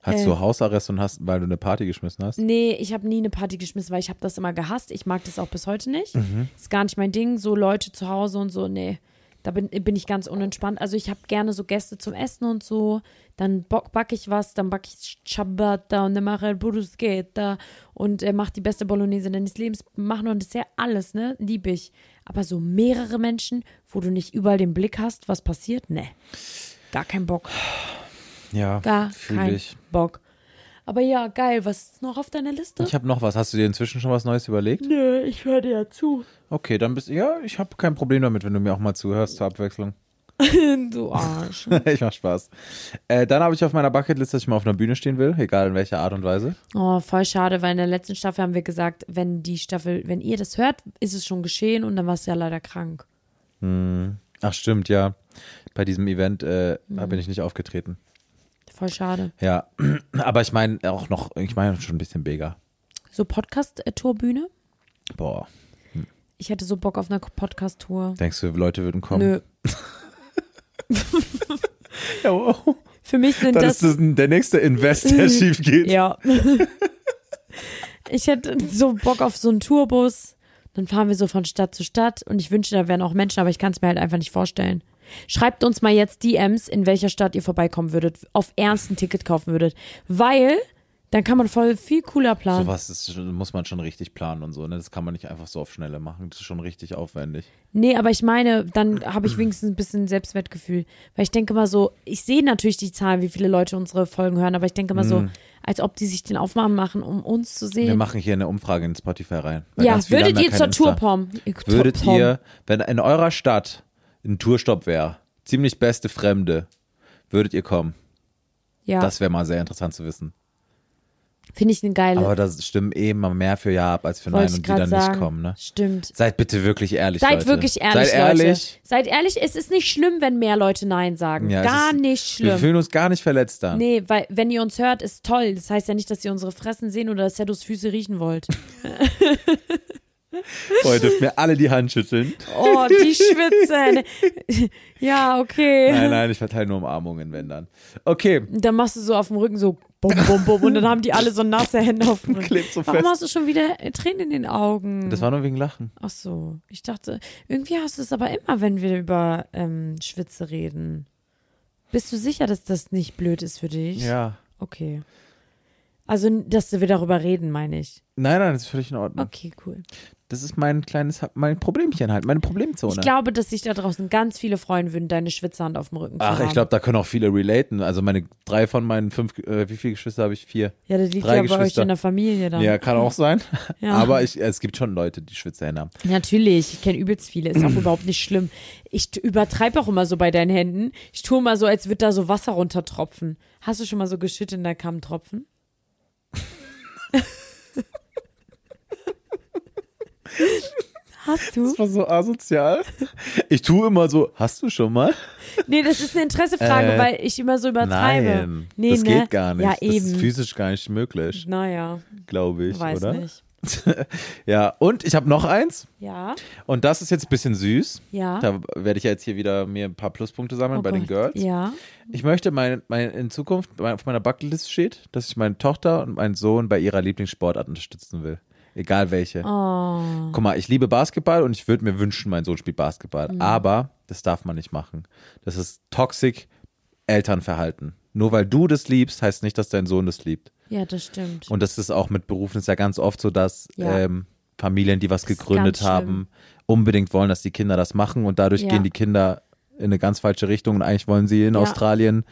A: Hast
B: Äh.
A: du Hausarrest und hast, weil du eine Party geschmissen hast?
B: Nee, ich habe nie eine Party geschmissen, weil ich habe das immer gehasst. Ich mag das auch bis heute nicht.
A: Mhm.
B: Ist gar nicht mein Ding. So Leute zu Hause und so, nee. Da bin, bin ich ganz unentspannt. Also ich habe gerne so Gäste zum Essen und so. Dann bock, backe ich was, dann backe ich Ciabatta und dann mache ich Bruschetta und äh, mache die beste Bolognese deines Lebens. Mach nur ein Dessert, alles, ne? Liebe ich. Aber so mehrere Menschen, wo du nicht überall den Blick hast, was passiert, ne. Gar kein Bock.
A: Ja,
B: Gar
A: fühl
B: kein
A: ich.
B: Bock. Aber ja, geil. Was ist noch auf deiner Liste?
A: Ich habe noch was. Hast du dir inzwischen schon was Neues überlegt?
B: Nö, ich höre dir ja zu.
A: Okay, dann bist ja, ich habe kein Problem damit, wenn du mir auch mal zuhörst zur Abwechslung.
B: Du Arsch.
A: ich mach Spaß. Äh, dann habe ich auf meiner Bucketlist, dass ich mal auf einer Bühne stehen will, egal in welcher Art und Weise.
B: Oh, voll schade, weil in der letzten Staffel haben wir gesagt, wenn die Staffel, wenn ihr das hört, ist es schon geschehen und dann warst du ja leider krank.
A: Ach stimmt, ja. Bei diesem Event äh, da bin ich nicht aufgetreten.
B: Voll schade.
A: Ja, aber ich meine auch noch, ich meine schon ein bisschen bigger.
B: So Podcast-Tourbühne?
A: Boah,
B: Ich hätte so Bock auf eine Podcast-Tour.
A: denkst du, Leute würden kommen?
B: Nö.
A: Ja, wow.
B: Für mich sind
A: Dann ist
B: das.
A: das Äh, ein- der nächste Invest, der schief geht.
B: ja. ich hätte so Bock auf so einen Tourbus. Dann fahren wir so von Stadt zu Stadt und ich wünsche, da wären auch Menschen, aber ich kann es mir halt einfach nicht vorstellen. Schreibt uns mal jetzt DMs, in welcher Stadt ihr vorbeikommen würdet, auf Ernst ein Ticket kaufen würdet. Weil dann kann man voll viel cooler planen.
A: Sowas ist, schon- muss man schon richtig planen und so. Ne? Das kann man nicht einfach so auf Schnelle machen. Das ist schon richtig aufwendig.
B: Nee, aber ich meine, dann habe ich wenigstens ein bisschen Selbstwertgefühl. Weil ich denke mal so, ich sehe natürlich die Zahlen, wie viele Leute unsere Folgen hören, aber ich denke mal so, als ob die sich den Aufmachen machen, um uns zu
A: Wir
B: sehen.
A: machen hier eine Umfrage in Spotify rein. Weil
B: Ja,
A: ganz viele haben
B: würdet
A: ja
B: ihr
A: kein
B: zur Tour
A: Insta.
B: pom?
A: Würdet
B: Pom.
A: ihr, wenn in eurer Stadt ein Tourstopp wäre, ziemlich beste Fremde, würdet ihr kommen?
B: Ja,
A: Das wäre mal sehr interessant zu wissen.
B: finde ich eine geile.
A: Aber da stimmen eh immer mehr für Ja ab als für Nein
B: wollte
A: und
B: ich
A: die
B: gerade
A: dann
B: sagen.
A: nicht kommen. Ne?
B: Stimmt.
A: Seid bitte wirklich ehrlich,
B: Seid
A: Leute.
B: wirklich ehrlich,
A: Seid ehrlich.
B: Leute. Seid ehrlich, es ist nicht schlimm, wenn mehr Leute Nein sagen.
A: Ja, es
B: Gar
A: ist-
B: nicht
A: Wir
B: schlimm.
A: fühlen uns gar nicht verletzt dann.
B: Nee, weil wenn ihr uns hört, ist toll. Das heißt ja nicht, dass ihr unsere Fressen sehen oder dass Seddos Füße riechen wollt.
A: Boah, ihr dürft mir alle die Hand schütteln.
B: Oh, die schwitzen. ja, okay.
A: Nein, nein, ich verteile nur Umarmungen, wenn dann. Okay,
B: Und Dann machst du so auf dem Rücken so bum, bum, bum und dann haben die alle so nasse Hände auf dem Rücken.
A: Klebt so
B: Warum
A: fest.
B: hast du schon wieder äh, Tränen in den Augen?
A: das war nur wegen Lachen.
B: Ach so, ich dachte, irgendwie hast du es aber immer, wenn wir über ähm, Schwitze reden. Bist du sicher, dass das nicht blöd ist für dich?
A: Ja.
B: Okay. Also, dass wir darüber reden, meine ich.
A: Nein, nein, das ist völlig in Ordnung.
B: Okay, cool.
A: Das ist mein kleines, mein Problemchen halt, meine Problemzone.
B: Ich glaube, dass sich da draußen ganz viele freuen würden, deine Schwitzerhand auf dem Rücken zu
A: Ach,
B: haben.
A: ich glaube, da können auch viele relaten. Also meine drei von meinen fünf, äh, wie viele Geschwister habe ich? Vier.
B: Ja, das liegt
A: drei
B: ja bei euch
A: Geschwister.
B: in der Familie dann.
A: Ja, kann auch sein.
B: Ja.
A: Aber ich, es gibt schon Leute, die Schwitzhände haben.
B: Natürlich, ich kenne übelst viele, ist auch überhaupt nicht schlimm. Ich übertreibe auch immer so bei deinen Händen. Ich tue mal so, als würde da so Wasser runtertropfen. Hast du schon mal so geschüttet und da kam ein Tropfen? Hast du?
A: war so asozial. Ich tue immer so, hast du schon mal?
B: Nee, das ist eine Interessefrage,
A: Äh,
B: weil ich immer so übertreibe.
A: Nein,
B: nee,
A: das
B: ne?
A: geht gar nicht.
B: Ja,
A: Das ist
B: eben.
A: physisch gar nicht möglich,
B: Naja,
A: glaube ich,
B: weiß
A: oder?
B: nicht.
A: Ja, und ich habe noch eins.
B: Ja.
A: Und das ist jetzt ein bisschen süß.
B: Ja.
A: Da werde ich jetzt hier wieder mir ein paar Pluspunkte sammeln
B: Oh
A: bei den
B: Gott.
A: Girls.
B: Ja.
A: Ich möchte mein, mein, in Zukunft mein, auf meiner Bucketlist steht, dass ich meine Tochter und meinen Sohn bei ihrer Lieblingssportart unterstützen will. Egal welche.
B: Oh.
A: Guck mal, ich liebe Basketball und ich würde mir wünschen, mein Sohn spielt Basketball. Aber das darf man nicht machen. Das ist toxic Elternverhalten. Nur weil du das liebst, heißt nicht, dass dein Sohn das liebt.
B: Ja, das stimmt.
A: Und das ist auch mit Berufen ist ja ganz oft so, dass
B: Ja.
A: ähm, Familien, die was
B: ist
A: gegründet
B: ganz schlimm.
A: haben, unbedingt wollen, dass die Kinder das machen und dadurch
B: Ja.
A: gehen die Kinder in eine ganz falsche Richtung und eigentlich wollen sie in
B: Ja.
A: Australien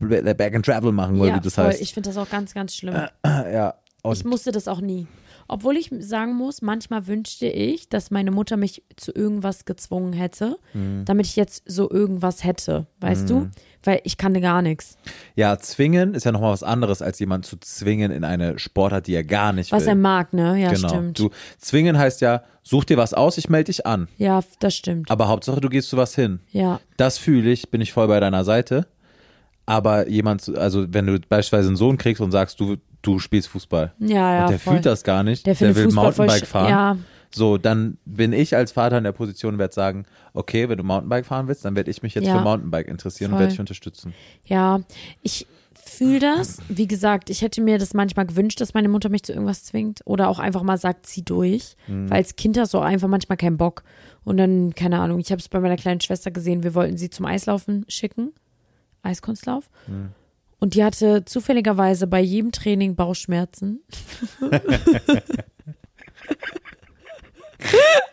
A: Back and Travel machen, oder
B: ja,
A: wie das
B: voll.
A: heißt.
B: Ich finde das auch ganz, ganz schlimm.
A: ja. Und
B: Ich musste das auch nie. Obwohl ich sagen muss, manchmal wünschte ich, dass meine Mutter mich zu irgendwas gezwungen hätte,
A: Mhm.
B: damit ich jetzt so irgendwas hätte, weißt du? Weil ich kannte gar nichts.
A: ja, zwingen ist ja nochmal was anderes, als jemanden zu zwingen in eine Sportart, die er gar nicht
B: Was
A: will.
B: er mag, ne? Ja,
A: genau.
B: stimmt.
A: Du, zwingen heißt ja, such dir was aus, ich melde dich an.
B: Ja, f- das stimmt.
A: Aber Hauptsache, du gehst zu was hin.
B: Ja,
A: Das fühle ich, bin ich voll bei deiner Seite. Aber jemand, zu- also wenn du beispielsweise einen Sohn kriegst und sagst, du, du spielst Fußball.
B: ja, ja.
A: und der
B: voll.
A: fühlt das gar nicht.
B: Der
A: Der,
B: findet
A: will
B: Fußball voll
A: Mountainbike
B: sch-
A: fahren.
B: ja.
A: So, dann bin ich als Vater in der Position und werde sagen, okay, wenn du Mountainbike fahren willst, dann werde ich mich jetzt
B: Ja.
A: für Mountainbike interessieren
B: Voll.
A: und werde dich unterstützen.
B: Ja, ich fühle das. Wie gesagt, ich hätte mir das manchmal gewünscht, dass meine Mutter mich zu irgendwas zwingt oder auch einfach mal sagt, zieh durch.
A: Mhm.
B: Weil als Kind hast du auch einfach manchmal keinen Bock. Und dann, keine Ahnung, ich habe es bei meiner kleinen Schwester gesehen, wir wollten sie zum Eislaufen schicken, Eiskunstlauf.
A: Mhm.
B: Und die hatte zufälligerweise bei jedem Training Bauchschmerzen.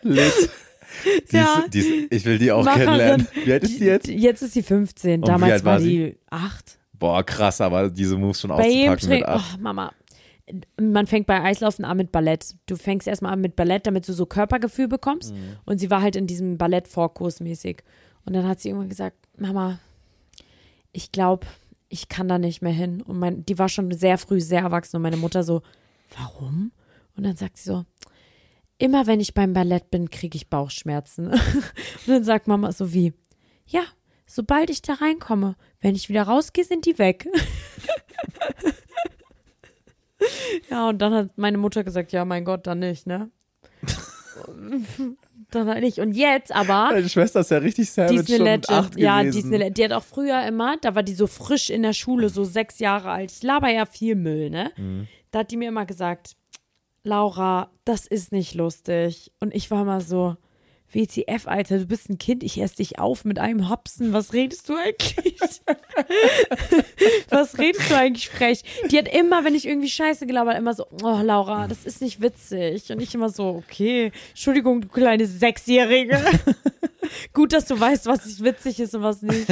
A: Lit. Die
B: Ja.
A: ist, die ist, ich will die auch
B: Macherin.
A: kennenlernen. Wie alt ist die jetzt?
B: Jetzt ist sie 15.
A: Und wie
B: Damals
A: alt war
B: die
A: sie?
B: acht.
A: Boah, krass, aber diese Moves schon
B: Bei jedem
A: auszupacken
B: Training.
A: mit acht.
B: Oh, Mama. Man fängt bei Eislaufen an mit Ballett. Du fängst erstmal an mit Ballett, damit du so Körpergefühl bekommst.
A: Mhm.
B: Und sie war halt in diesem Ballett-Vorkurs mäßig. Und dann hat sie irgendwann gesagt: Mama, ich glaube, ich kann da nicht mehr hin. Und mein, die war schon sehr früh sehr erwachsen. Und meine Mutter so: Warum? Und dann sagt sie so: Immer wenn ich beim Ballett bin, kriege ich Bauchschmerzen. Und dann sagt Mama so wie: Ja, sobald ich da reinkomme, wenn ich wieder rausgehe, sind die weg. Ja, und dann hat meine Mutter gesagt, ja, mein Gott, dann nicht, ne? dann halt nicht. Und jetzt aber,
A: Deine Schwester ist ja richtig
B: Oh. die
A: savage
B: ist eine
A: schon mit
B: Legend.
A: acht
B: Ja, die ist
A: gewesen.
B: eine Legend. Die hat auch früher immer, da war die so frisch in der Schule, so sechs Jahre alt. Ich laber ja viel Müll, ne?
A: Mhm.
B: Da hat die mir immer gesagt, Laura, das ist nicht lustig. Und ich war immer so, WTF, Alter, du bist ein Kind, ich esse dich auf mit einem Hopsen. Was redest du eigentlich? Was redest du eigentlich frech? Die hat immer, wenn ich irgendwie Scheiße gelabert, immer so, oh Laura, das ist nicht witzig. Und ich immer so, okay, Entschuldigung, du kleine Sechsjährige. Gut, dass du weißt, was witzig ist und was nicht.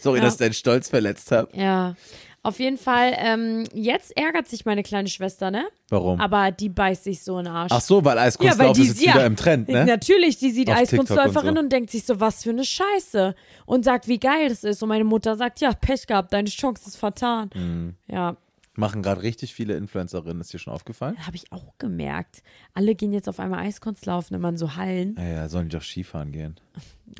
A: Sorry,
B: Ja.
A: dass ich deinen Stolz verletzt habe.
B: Ja. Auf jeden Fall, ähm, jetzt ärgert sich meine kleine Schwester, ne?
A: Warum?
B: Aber die beißt sich so in den Arsch.
A: Ach so, weil Eiskunstlauf ist jetzt wieder im Trend, ne?
B: Natürlich, die sieht
A: Auf
B: Eiskunstläuferin und,
A: TikTok und so.
B: denkt sich so, was für eine Scheiße. Und sagt, wie geil das ist. Und meine Mutter sagt, ja, Pech gehabt, deine Chance ist vertan.
A: Mhm.
B: Ja,
A: Machen gerade richtig viele Influencerinnen, ist dir schon aufgefallen?
B: habe ich auch gemerkt. Alle gehen jetzt auf einmal Eiskunstlaufen, immer in so Hallen.
A: Ja, ja, sollen die doch Skifahren gehen.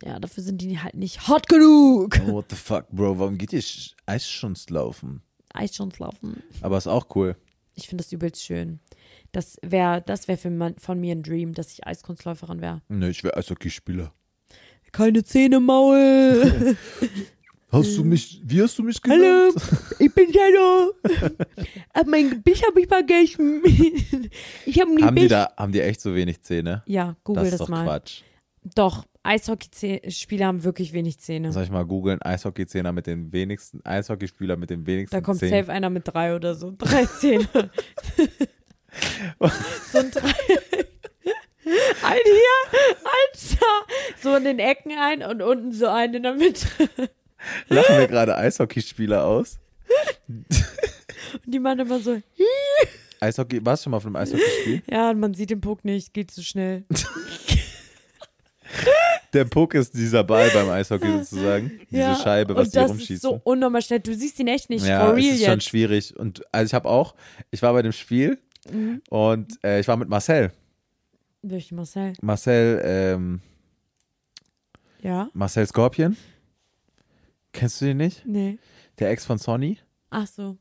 B: Ja, dafür sind die halt nicht hot genug.
A: Oh, What the fuck, Bro, warum geht ihr Sch- Eisschunslaufen?
B: Eiskunstlaufen.
A: Aber ist auch cool.
B: Ich finde das übelst schön. Das wäre das wär für man, von mir ein Dream, dass ich Eiskunstläuferin wäre.
A: Ne, ich wäre Eishockeyspieler.
B: Keine Zähne, Maul.
A: Hast du mich, wie hast du mich
B: Hallo,
A: genannt?
B: ich bin Shadow. Aber mein Gebiss habe ich vergessen. Ich habe ein
A: Haben die
B: Gebiss.
A: da, haben die echt so wenig Zähne?
B: Ja,
A: Das
B: google
A: ist
B: das,
A: doch
B: mal.
A: Quatsch.
B: Doch, Eishockeyspieler haben wirklich wenig Zähne.
A: Soll ich mal googeln, Eishockeyzähner mit den wenigsten, Eishockeyspieler mit den wenigsten
B: Da kommt
A: Zähnen.
B: safe einer mit drei oder so. Drei Zähne. so ein drei. Ein hier, eins da. So in den Ecken ein und unten so einen in der Mitte.
A: Lachen wir gerade Eishockeyspieler aus?
B: Und die machen immer so,
A: Eishockey, warst du schon mal auf einem Eishockeyspiel?
B: ja, und man sieht den Puck nicht, geht zu schnell.
A: Der Puck ist dieser Ball beim Eishockey sozusagen. Diese
B: ja,
A: Scheibe, was
B: und
A: die
B: das
A: rumschießen.
B: ist so unnormal schnell. Du siehst ihn echt nicht,
A: ja,
B: for real
A: es ist schon
B: jetzt.
A: schwierig. Und also ich habe auch, ich war bei dem Spiel
B: Mhm.
A: und äh, ich war mit Marcel.
B: Durch Marcel.
A: Marcel, ähm,
B: Ja?
A: Marcel Scorpion. Kennst du den nicht?
B: Nee.
A: Der Ex von Sonny.
B: Ach so.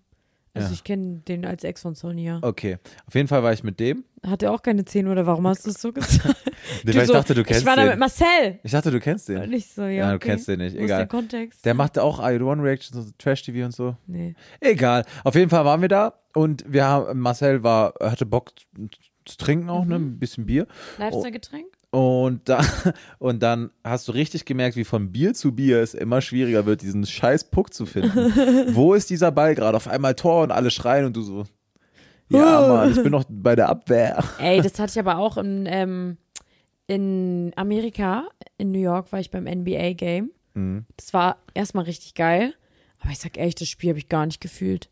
B: Also
A: Ja.
B: ich kenne den als Ex von Sonja.
A: Okay. Auf jeden Fall war ich mit dem.
B: Hat er auch keine 10 oder warum hast du es so gesagt?
A: Weil ich
B: so,
A: dachte, du kennst
B: Ich war da mit
A: den.
B: Marcel.
A: Ich dachte, du kennst den.
B: Nicht so, ja.
A: Ja, du
B: okay.
A: kennst den nicht,
B: Wo
A: egal.
B: Ist der Kontext?
A: Der machte auch I One Reactions und Trash TV und so.
B: nee.
A: Egal. Auf jeden Fall waren wir da und wir haben, Marcel war, hatte Bock zu, zu trinken auch, ne?
B: Mhm.
A: Ein bisschen Bier. Oh.
B: Lifestyle-Getränk?
A: Und, da, und dann hast du richtig gemerkt, wie von Bier zu Bier es immer schwieriger wird, diesen scheiß Puck zu finden. Wo ist dieser Ball gerade? Auf einmal Tor und alle schreien und du so. Ja, Mann, ich bin noch bei der Abwehr.
B: Ey, das hatte ich aber auch in, ähm, in Amerika, in New York war ich beim NBA-Game. Das war erstmal richtig geil. Aber ich sag ehrlich, das Spiel habe ich gar nicht gefühlt.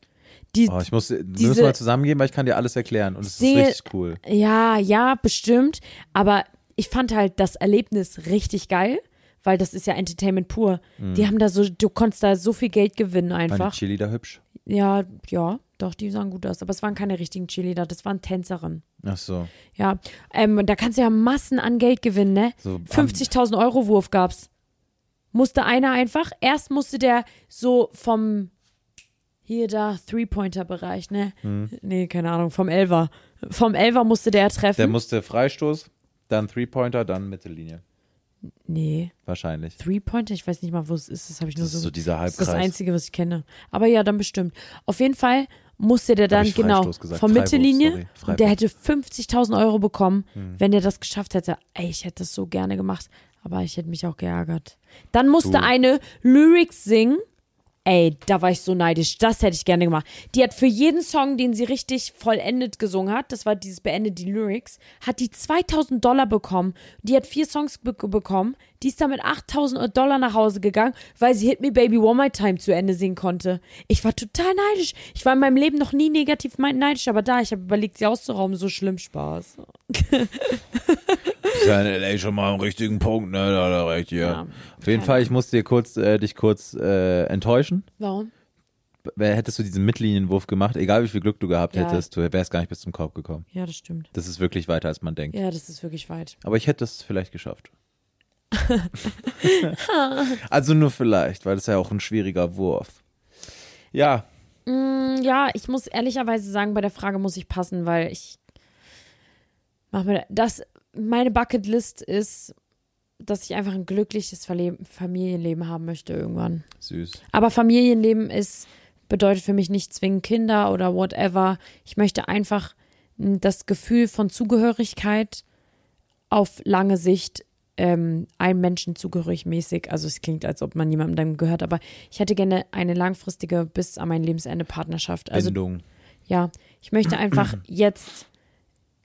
B: Die,
A: Oh, ich muss, wir müssen
B: Diese-
A: mal zusammengehen, weil ich kann dir alles erklären und es ist
B: Sehe-
A: richtig cool.
B: Ja, ja, bestimmt. Aber ich fand halt das Erlebnis richtig geil, weil das ist ja Entertainment pur. Die haben da so, du konntest da so viel Geld gewinnen
A: Meine
B: einfach.
A: Chili da hübsch.
B: Ja, ja, doch, die sahen gut aus. Aber es waren keine richtigen Cheerleader, das waren Tänzerinnen.
A: Ach so.
B: Ja, ähm, und da kannst du ja Massen an Geld gewinnen, ne?
A: So, ähm,
B: 50.000 Euro Wurf gab's. Musste einer einfach, erst musste der so vom hier da Three-Pointer-Bereich, ne?
A: Mhm.
B: Nee, keine Ahnung, vom Elver. Vom Elver musste der treffen.
A: Der musste Freistoß, dann Three-Pointer, dann Mittellinie.
B: nee.
A: Wahrscheinlich.
B: Three-Pointer, ich weiß nicht mal, wo es ist. Das habe ich nur
A: Das
B: so.
A: ist so dieser
B: das ist das
A: Halbkreis.
B: Einzige, was ich kenne. Aber ja, dann bestimmt. Auf jeden Fall musste der dann,
A: ich
B: genau,
A: Freistoß gesagt?
B: von
A: Freiwurf,
B: Mittellinie,
A: sorry, Hm. Freiwurf.
B: der hätte 50.000 Euro bekommen, wenn er das geschafft hätte. Ey, ich hätte das so gerne gemacht, aber ich hätte mich auch geärgert. Dann musste
A: Du.
B: eine Lyrics singen. Ey, da war ich so neidisch. Das hätte ich gerne gemacht. Die hat für jeden Song, den sie richtig vollendet gesungen hat, das war dieses Beendet die Lyrics, hat die 2000 Dollar bekommen. Die hat vier Songs be bekommen. Die ist damit 8000 Dollar nach Hause gegangen, weil sie Hit Me Baby One My Time zu Ende singen konnte. Ich war total neidisch. Ich war in meinem Leben noch nie negativ neidisch, aber da, ich habe überlegt, sie auszurauben. So schlimm Spaß.
A: Ist ja in LA schon mal am richtigen Punkt, ne? Da, da recht hier.
B: Ja.
A: Auf jeden Fall, ich musste dir kurz, äh, dich kurz äh, enttäuschen.
B: Warum?
A: Wer- Hättest du diesen Mittellinienwurf gemacht, egal wie viel Glück du gehabt
B: Ja.
A: hättest, du wärst gar nicht bis zum Korb gekommen.
B: Ja, das stimmt.
A: Das ist wirklich weiter, als man denkt.
B: Ja, das ist wirklich weit.
A: Aber ich hätte es vielleicht geschafft. also nur vielleicht, weil das ist ja auch ein schwieriger Wurf. Ja,
B: Mm, Ja, ich muss ehrlicherweise sagen, bei der Frage muss ich passen, weil ich mach mir das. Meine Bucketlist ist, dass ich einfach ein glückliches Verle Familienleben haben möchte irgendwann.
A: süß.
B: Aber Familienleben ist bedeutet für mich nicht zwingend Kinder oder whatever. Ich möchte einfach mm, das Gefühl von Zugehörigkeit auf lange Sicht ähm, einem Menschen zugehörig mäßig. Also es klingt, als ob man jemandem dann gehört, aber ich hätte gerne eine langfristige bis an mein Lebensende Partnerschaft. Also
A: Bindung.
B: ja, ich möchte einfach jetzt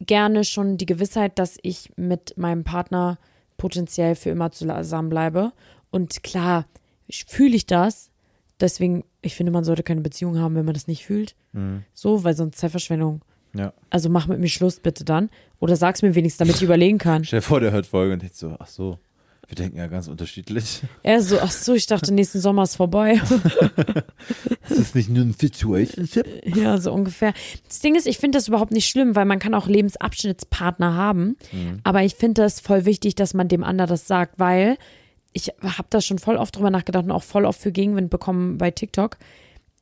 B: gerne schon die Gewissheit, dass ich mit meinem Partner potenziell für immer zusammenbleibe. Und klar, ich- fühle ich das. Deswegen, ich finde, man sollte keine Beziehung haben, wenn man das nicht fühlt. So, weil sonst Zeitverschwendung.
A: Ja.
B: Also mach mit mir Schluss bitte dann. Oder sag's mir wenigstens, damit ich überlegen kann.
A: Stell dir vor, der hört Folge und denkt so, ach so, wir denken ja ganz unterschiedlich.
B: Er so, ach so, ich dachte, nächsten Sommer ist vorbei.
A: Das ist nicht nur ein Situationship.
B: Ja, so ungefähr. Das Ding ist, ich finde das überhaupt nicht schlimm, weil man kann auch Lebensabschnittspartner haben. Aber ich finde das voll wichtig, dass man dem anderen das sagt, weil ich habe da schon voll oft drüber nachgedacht und auch voll oft für Gegenwind bekommen bei TikTok.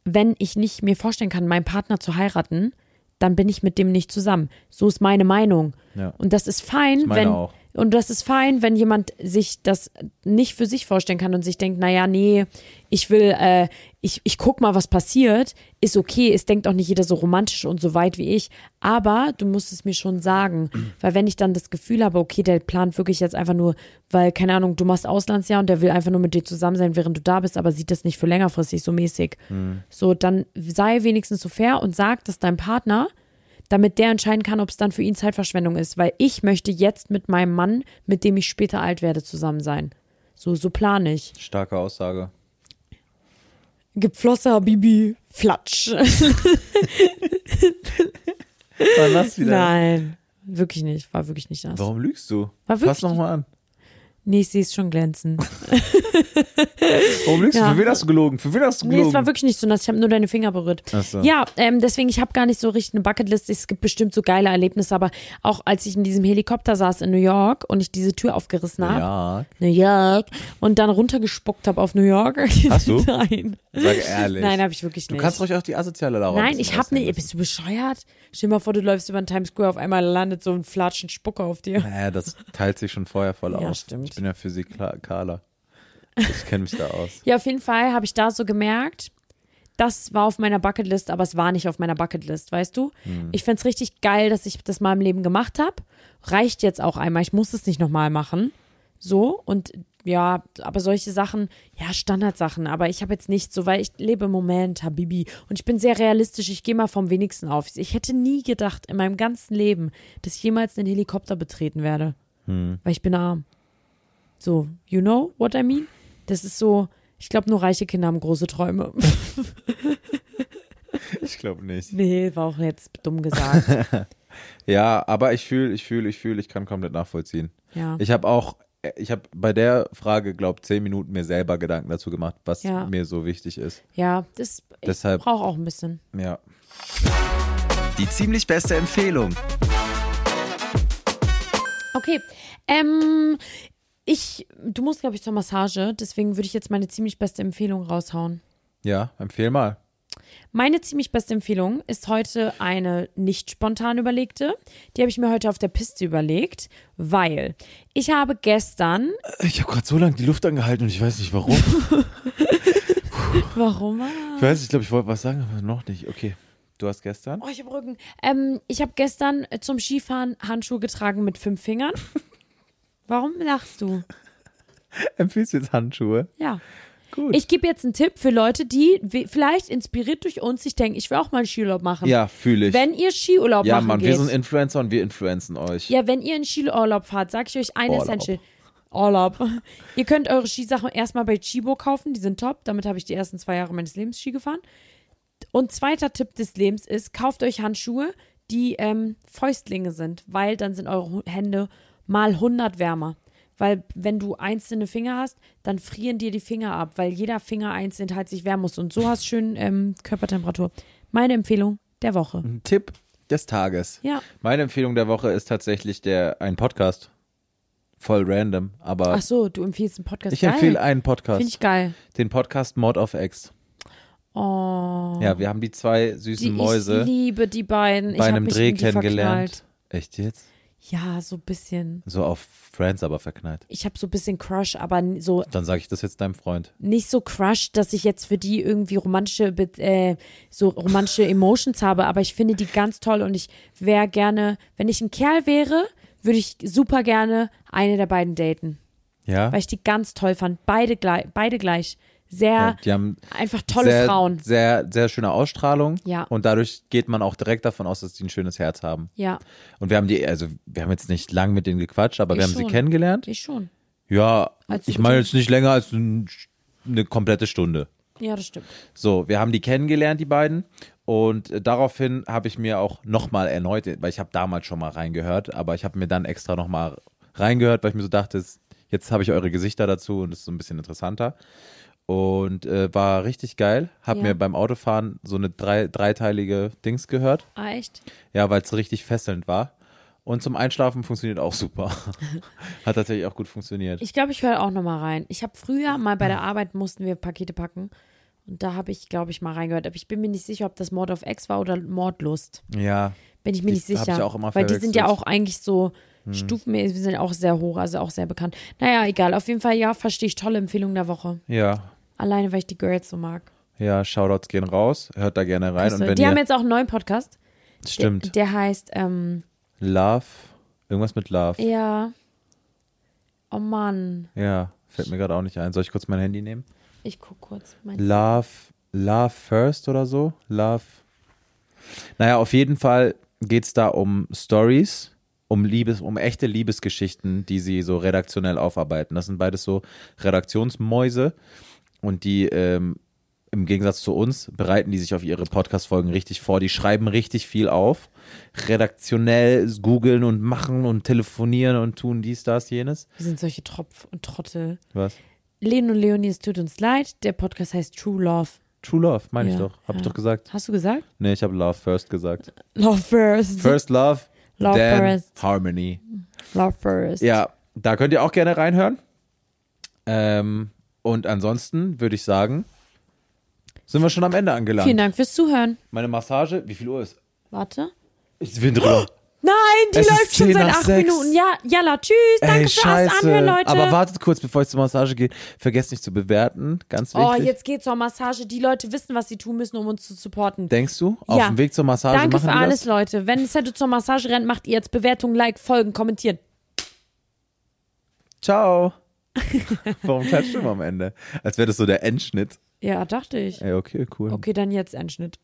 B: Wenn ich nicht mir vorstellen kann, meinen Partner zu heiraten, dann bin ich mit dem nicht zusammen. So ist meine Meinung.
A: Ja.
B: Und das ist fein,
A: Ist meine
B: wenn
A: auch.
B: und das ist fein, wenn jemand sich das nicht für sich vorstellen kann und sich denkt, naja, nee, ich will, äh, ich, ich guck mal, was passiert, ist okay, es denkt auch nicht jeder so romantisch und so weit wie ich, aber du musst es mir schon sagen, weil wenn ich dann das Gefühl habe, okay, der plant wirklich jetzt einfach nur, weil, keine Ahnung, du machst Auslandsjahr und der will einfach nur mit dir zusammen sein, während du da bist, aber sieht das nicht für längerfristig so mäßig,
A: Hm.
B: so, dann sei wenigstens so fair und sag das deinem Partner, damit der entscheiden kann, ob es dann für ihn Zeitverschwendung ist, weil ich möchte jetzt mit meinem Mann, mit dem ich später alt werde, zusammen sein. So, so plane ich.
A: Starke Aussage.
B: Gepflosse Habibi, Flatsch.
A: Wann lass wieder?
B: Nein, wirklich nicht, war wirklich nicht das.
A: Warum lügst du?
B: War wirklich
A: Fass nochmal an.
B: Nee, ich sehe es schon glänzen.
A: Warum lügst
B: Ja.
A: du? Für wen hast du gelogen? Für wen hast du
B: Nee, es war
A: gelogen?
B: wirklich nicht so nass. Ich habe nur deine Finger berührt.
A: Ach so.
B: Ja, ähm, deswegen, ich habe gar nicht so richtig eine Bucketlist. Es gibt bestimmt so geile Erlebnisse, aber auch als ich in diesem Helikopter saß in New York und ich diese Tür aufgerissen habe,
A: ja.
B: New York, und dann runtergespuckt habe auf New York.
A: Hast du?
B: Nein.
A: Sag ehrlich.
B: Nein, habe ich wirklich
A: du
B: nicht.
A: kannst ruhig auch die asoziale Laura. ein
B: Nein,
A: bisschen
B: ich habe
A: raushängen
B: ne.
A: lassen.
B: Bist du bescheuert? Stell dir mal vor, du läufst über den Times Square, auf einmal landet so ein flatschend Spucker auf dir.
A: Naja, Äh, das teilt sich schon vorher voll auf.
B: Ja, stimmt.
A: Ich bin ja Physikaler. Ich kenne mich da aus.
B: Ja, auf jeden Fall habe ich da so gemerkt, das war auf meiner Bucketlist, aber es war nicht auf meiner Bucketlist, weißt du? Ich find's richtig geil, dass ich das mal im Leben gemacht habe. Reicht jetzt auch einmal, ich muss es nicht nochmal machen. So und ja, aber solche Sachen, ja, Standardsachen, aber ich habe jetzt nicht so, weil ich lebe im Moment, Habibi. Und ich bin sehr realistisch, ich gehe mal vom wenigsten auf. Ich hätte nie gedacht in meinem ganzen Leben, dass ich jemals einen Helikopter betreten werde. Weil ich bin arm. So, you know what I mean? Das ist so, ich glaube, nur reiche Kinder haben große Träume.
A: Ich glaube nicht.
B: nee, war auch jetzt dumm gesagt.
A: Ja, aber ich fühle, ich fühle, ich fühle, ich kann komplett nachvollziehen.
B: Ja.
A: Ich habe auch, äh, ich habe bei der Frage, glaube zehn Minuten mir selber Gedanken dazu gemacht, was
B: Ja.
A: mir so wichtig ist.
B: ja, das ich
A: Deshalb-
B: brauche auch ein bisschen.
A: Ja.
D: Die ziemlich beste Empfehlung.
B: Okay. Ähm, ich, du musst, glaube ich, zur Massage, deswegen würde ich jetzt meine ziemlich beste Empfehlung raushauen.
A: Ja, empfehl mal.
B: Meine ziemlich beste Empfehlung ist heute eine nicht spontan überlegte. Die habe ich mir heute auf der Piste überlegt, weil ich habe gestern.
A: Ich habe gerade so lange die Luft angehalten und ich weiß nicht warum.
B: Warum?
A: Ich weiß, ich glaube, ich wollte was sagen, aber noch nicht. Okay. Du hast gestern?
B: Oh, ich habe Rücken. Ähm, ich habe gestern äh, zum Skifahren Handschuhe getragen mit fünf Fingern. Warum lachst du?
A: Empfiehlst du jetzt Handschuhe?
B: Ja.
A: Gut.
B: Ich gebe jetzt einen Tipp für Leute, die we- vielleicht inspiriert durch uns sich denken, ich will auch mal einen Skiurlaub machen.
A: ja, fühle ich.
B: Wenn ihr Skiurlaub
A: ja,
B: machen
A: Mann,
B: geht.
A: wir sind Influencer und wir influenzen euch.
B: ja, wenn ihr einen Skiurlaub fahrt, sag ich euch eine
A: Urlaub.
B: Essential. Urlaub. ihr könnt eure Skisachen erstmal bei Chibo kaufen, die sind top. Damit habe ich die ersten zwei Jahre meines Lebens Ski gefahren. Und zweiter Tipp des Lebens ist, kauft euch Handschuhe, die ähm, Fäustlinge sind, weil dann sind eure Hu- Hände mal 100 wärmer. Weil wenn du einzelne Finger hast, dann frieren dir die Finger ab, weil jeder Finger einzeln halt sich wärmen muss. Und so hast du schön ähm, Körpertemperatur. Meine Empfehlung der Woche.
A: Ein Tipp des Tages.
B: Ja.
A: Meine Empfehlung der Woche ist tatsächlich der ein Podcast. Voll random, aber
B: Ach so, du empfiehlst einen Podcast.
A: ich
B: Geil.
A: empfehle einen Podcast.
B: Finde ich geil.
A: den Podcast Mord of X.
B: Oh,
A: Ja, wir haben die zwei
B: die,
A: süßen
B: ich
A: Mäuse
B: liebe die beiden. ich
A: bei
B: hab
A: einem
B: mich
A: Dreh
B: in die
A: kennengelernt.
B: verknallt.
A: Echt jetzt?
B: Ja, so ein bisschen.
A: So auf Friends aber verknallt.
B: Ich habe so ein bisschen Crush, aber n- so
A: Dann sage ich das jetzt deinem Freund.
B: nicht so crushed, dass ich jetzt für die irgendwie romantische, Be- äh, so romantische Emotions habe, aber ich finde die ganz toll und ich wäre gerne, wenn ich ein Kerl wäre, würde ich super gerne eine der beiden daten,
A: Ja?
B: weil ich die ganz toll fand. Beide gleich, beide gleich. Sehr
A: ja die haben
B: einfach tolle
A: sehr,
B: Frauen.
A: Sehr, sehr schöne Ausstrahlung.
B: Ja.
A: Und dadurch geht man auch direkt davon aus, dass die ein schönes Herz haben.
B: Ja,
A: Und wir haben die, also wir haben jetzt nicht lang mit denen gequatscht, aber wir
B: Ich
A: haben
B: schon.
A: sie kennengelernt.
B: ich schon.
A: Ja,
B: Als
A: ich
B: du-
A: meine jetzt nicht länger als ein, eine komplette Stunde.
B: Ja, das stimmt.
A: So, wir haben die kennengelernt, die beiden. Und äh, daraufhin habe ich mir auch nochmal erneut, weil ich habe damals schon mal reingehört, aber ich habe mir dann extra nochmal reingehört, weil ich mir so dachte, es- jetzt habe ich eure Gesichter dazu und es ist so ein bisschen interessanter. Und äh, war richtig geil. Hab
B: Ja.
A: mir beim Autofahren so eine drei, dreiteilige Dings gehört.
B: Ah, echt?
A: Ja, weil es richtig fesselnd war. Und zum Einschlafen funktioniert auch super. Hat tatsächlich auch gut funktioniert.
B: Ich glaube, ich höre auch nochmal rein. Ich habe früher mal bei der Arbeit mussten wir Pakete packen. Und da habe ich, glaube ich, mal reingehört. Aber ich bin mir nicht sicher, ob das Mord of X war oder Mordlust.
A: Ja.
B: Bin ich mir
A: Die
B: nicht
A: hab
B: sicher.
A: ich auch immer
B: weil die sind
A: verwechselt. Hm.
B: ja auch eigentlich so stufenmäßig, wir sind auch sehr hoch, also auch sehr bekannt. Naja, egal. Auf jeden Fall, ja, verstehe ich. Tolle Empfehlung der Woche.
A: Ja.
B: Alleine, weil ich die Girls so mag.
A: Ja, Shoutouts gehen raus. Hört da gerne rein.
B: Weißt
A: Und
B: du,
A: wenn
B: die
A: ihr,
B: haben jetzt auch einen neuen Podcast.
A: stimmt.
B: Der, der heißt, ähm,
A: Love. Irgendwas mit Love.
B: ja. Oh Mann.
A: Ja, fällt mir gerade auch nicht ein. Soll ich kurz mein Handy nehmen?
B: Ich guck kurz. Mein
A: Love, Love First oder so? Love. Naja, auf jeden Fall geht es da um Stories, um Liebes, um echte Liebesgeschichten, die sie so redaktionell aufarbeiten. Das sind beides so Redaktionsmäuse und die ähm, im Gegensatz zu uns, bereiten die sich auf ihre Podcast-Folgen richtig vor. Die schreiben richtig viel auf. Redaktionell googeln und machen und telefonieren und tun dies, das, jenes.
B: Wir sind solche Tropf und Trottel.
A: Was?
B: Leno und Leonie, es tut uns leid. Der Podcast heißt True Love.
A: True Love, meine ich
B: Ja,
A: doch. Hab ich
B: ja.
A: doch gesagt.
B: Hast du gesagt?
A: Nee, ich habe Love First gesagt.
B: Love first.
A: First Love,
B: Love Mhm.
A: then
B: first.
A: Harmony.
B: Love first.
A: Ja, da könnt ihr auch gerne reinhören. Ähm, und ansonsten würde ich sagen, sind wir schon am Ende angelangt.
B: Vielen Dank fürs Zuhören.
A: Meine Massage, wie viel Uhr ist?
B: Warte.
A: Ich bin drüber.
B: Nein, die
A: Es ist
B: läuft schon
A: zehn
B: seit
A: nach
B: acht
A: sechs.
B: Minuten. Ja, jalla, tschüss. Danke
A: Ey,
B: fürs
A: scheiße.
B: Anhören, Leute.
A: Aber wartet kurz, bevor ich zur Massage gehe. Vergesst nicht zu bewerten. Ganz wichtig.
B: oh, jetzt geht's zur Massage. Die Leute wissen, was sie tun müssen, um uns zu supporten.
A: Denkst du, auf
B: Ja.
A: dem Weg zur Massage
B: Danke
A: also machen
B: für
A: wir
B: alles,
A: das?
B: Leute. Wenn Sedu zur Massage rennt, macht ihr jetzt Bewertung, Like, Folgen, kommentieren.
A: Ciao. Warum klatschst du immer am Ende? Als wäre das so der Endschnitt.
B: Ja, dachte ich.
A: Ey, okay, cool.
B: Okay, dann jetzt Endschnitt.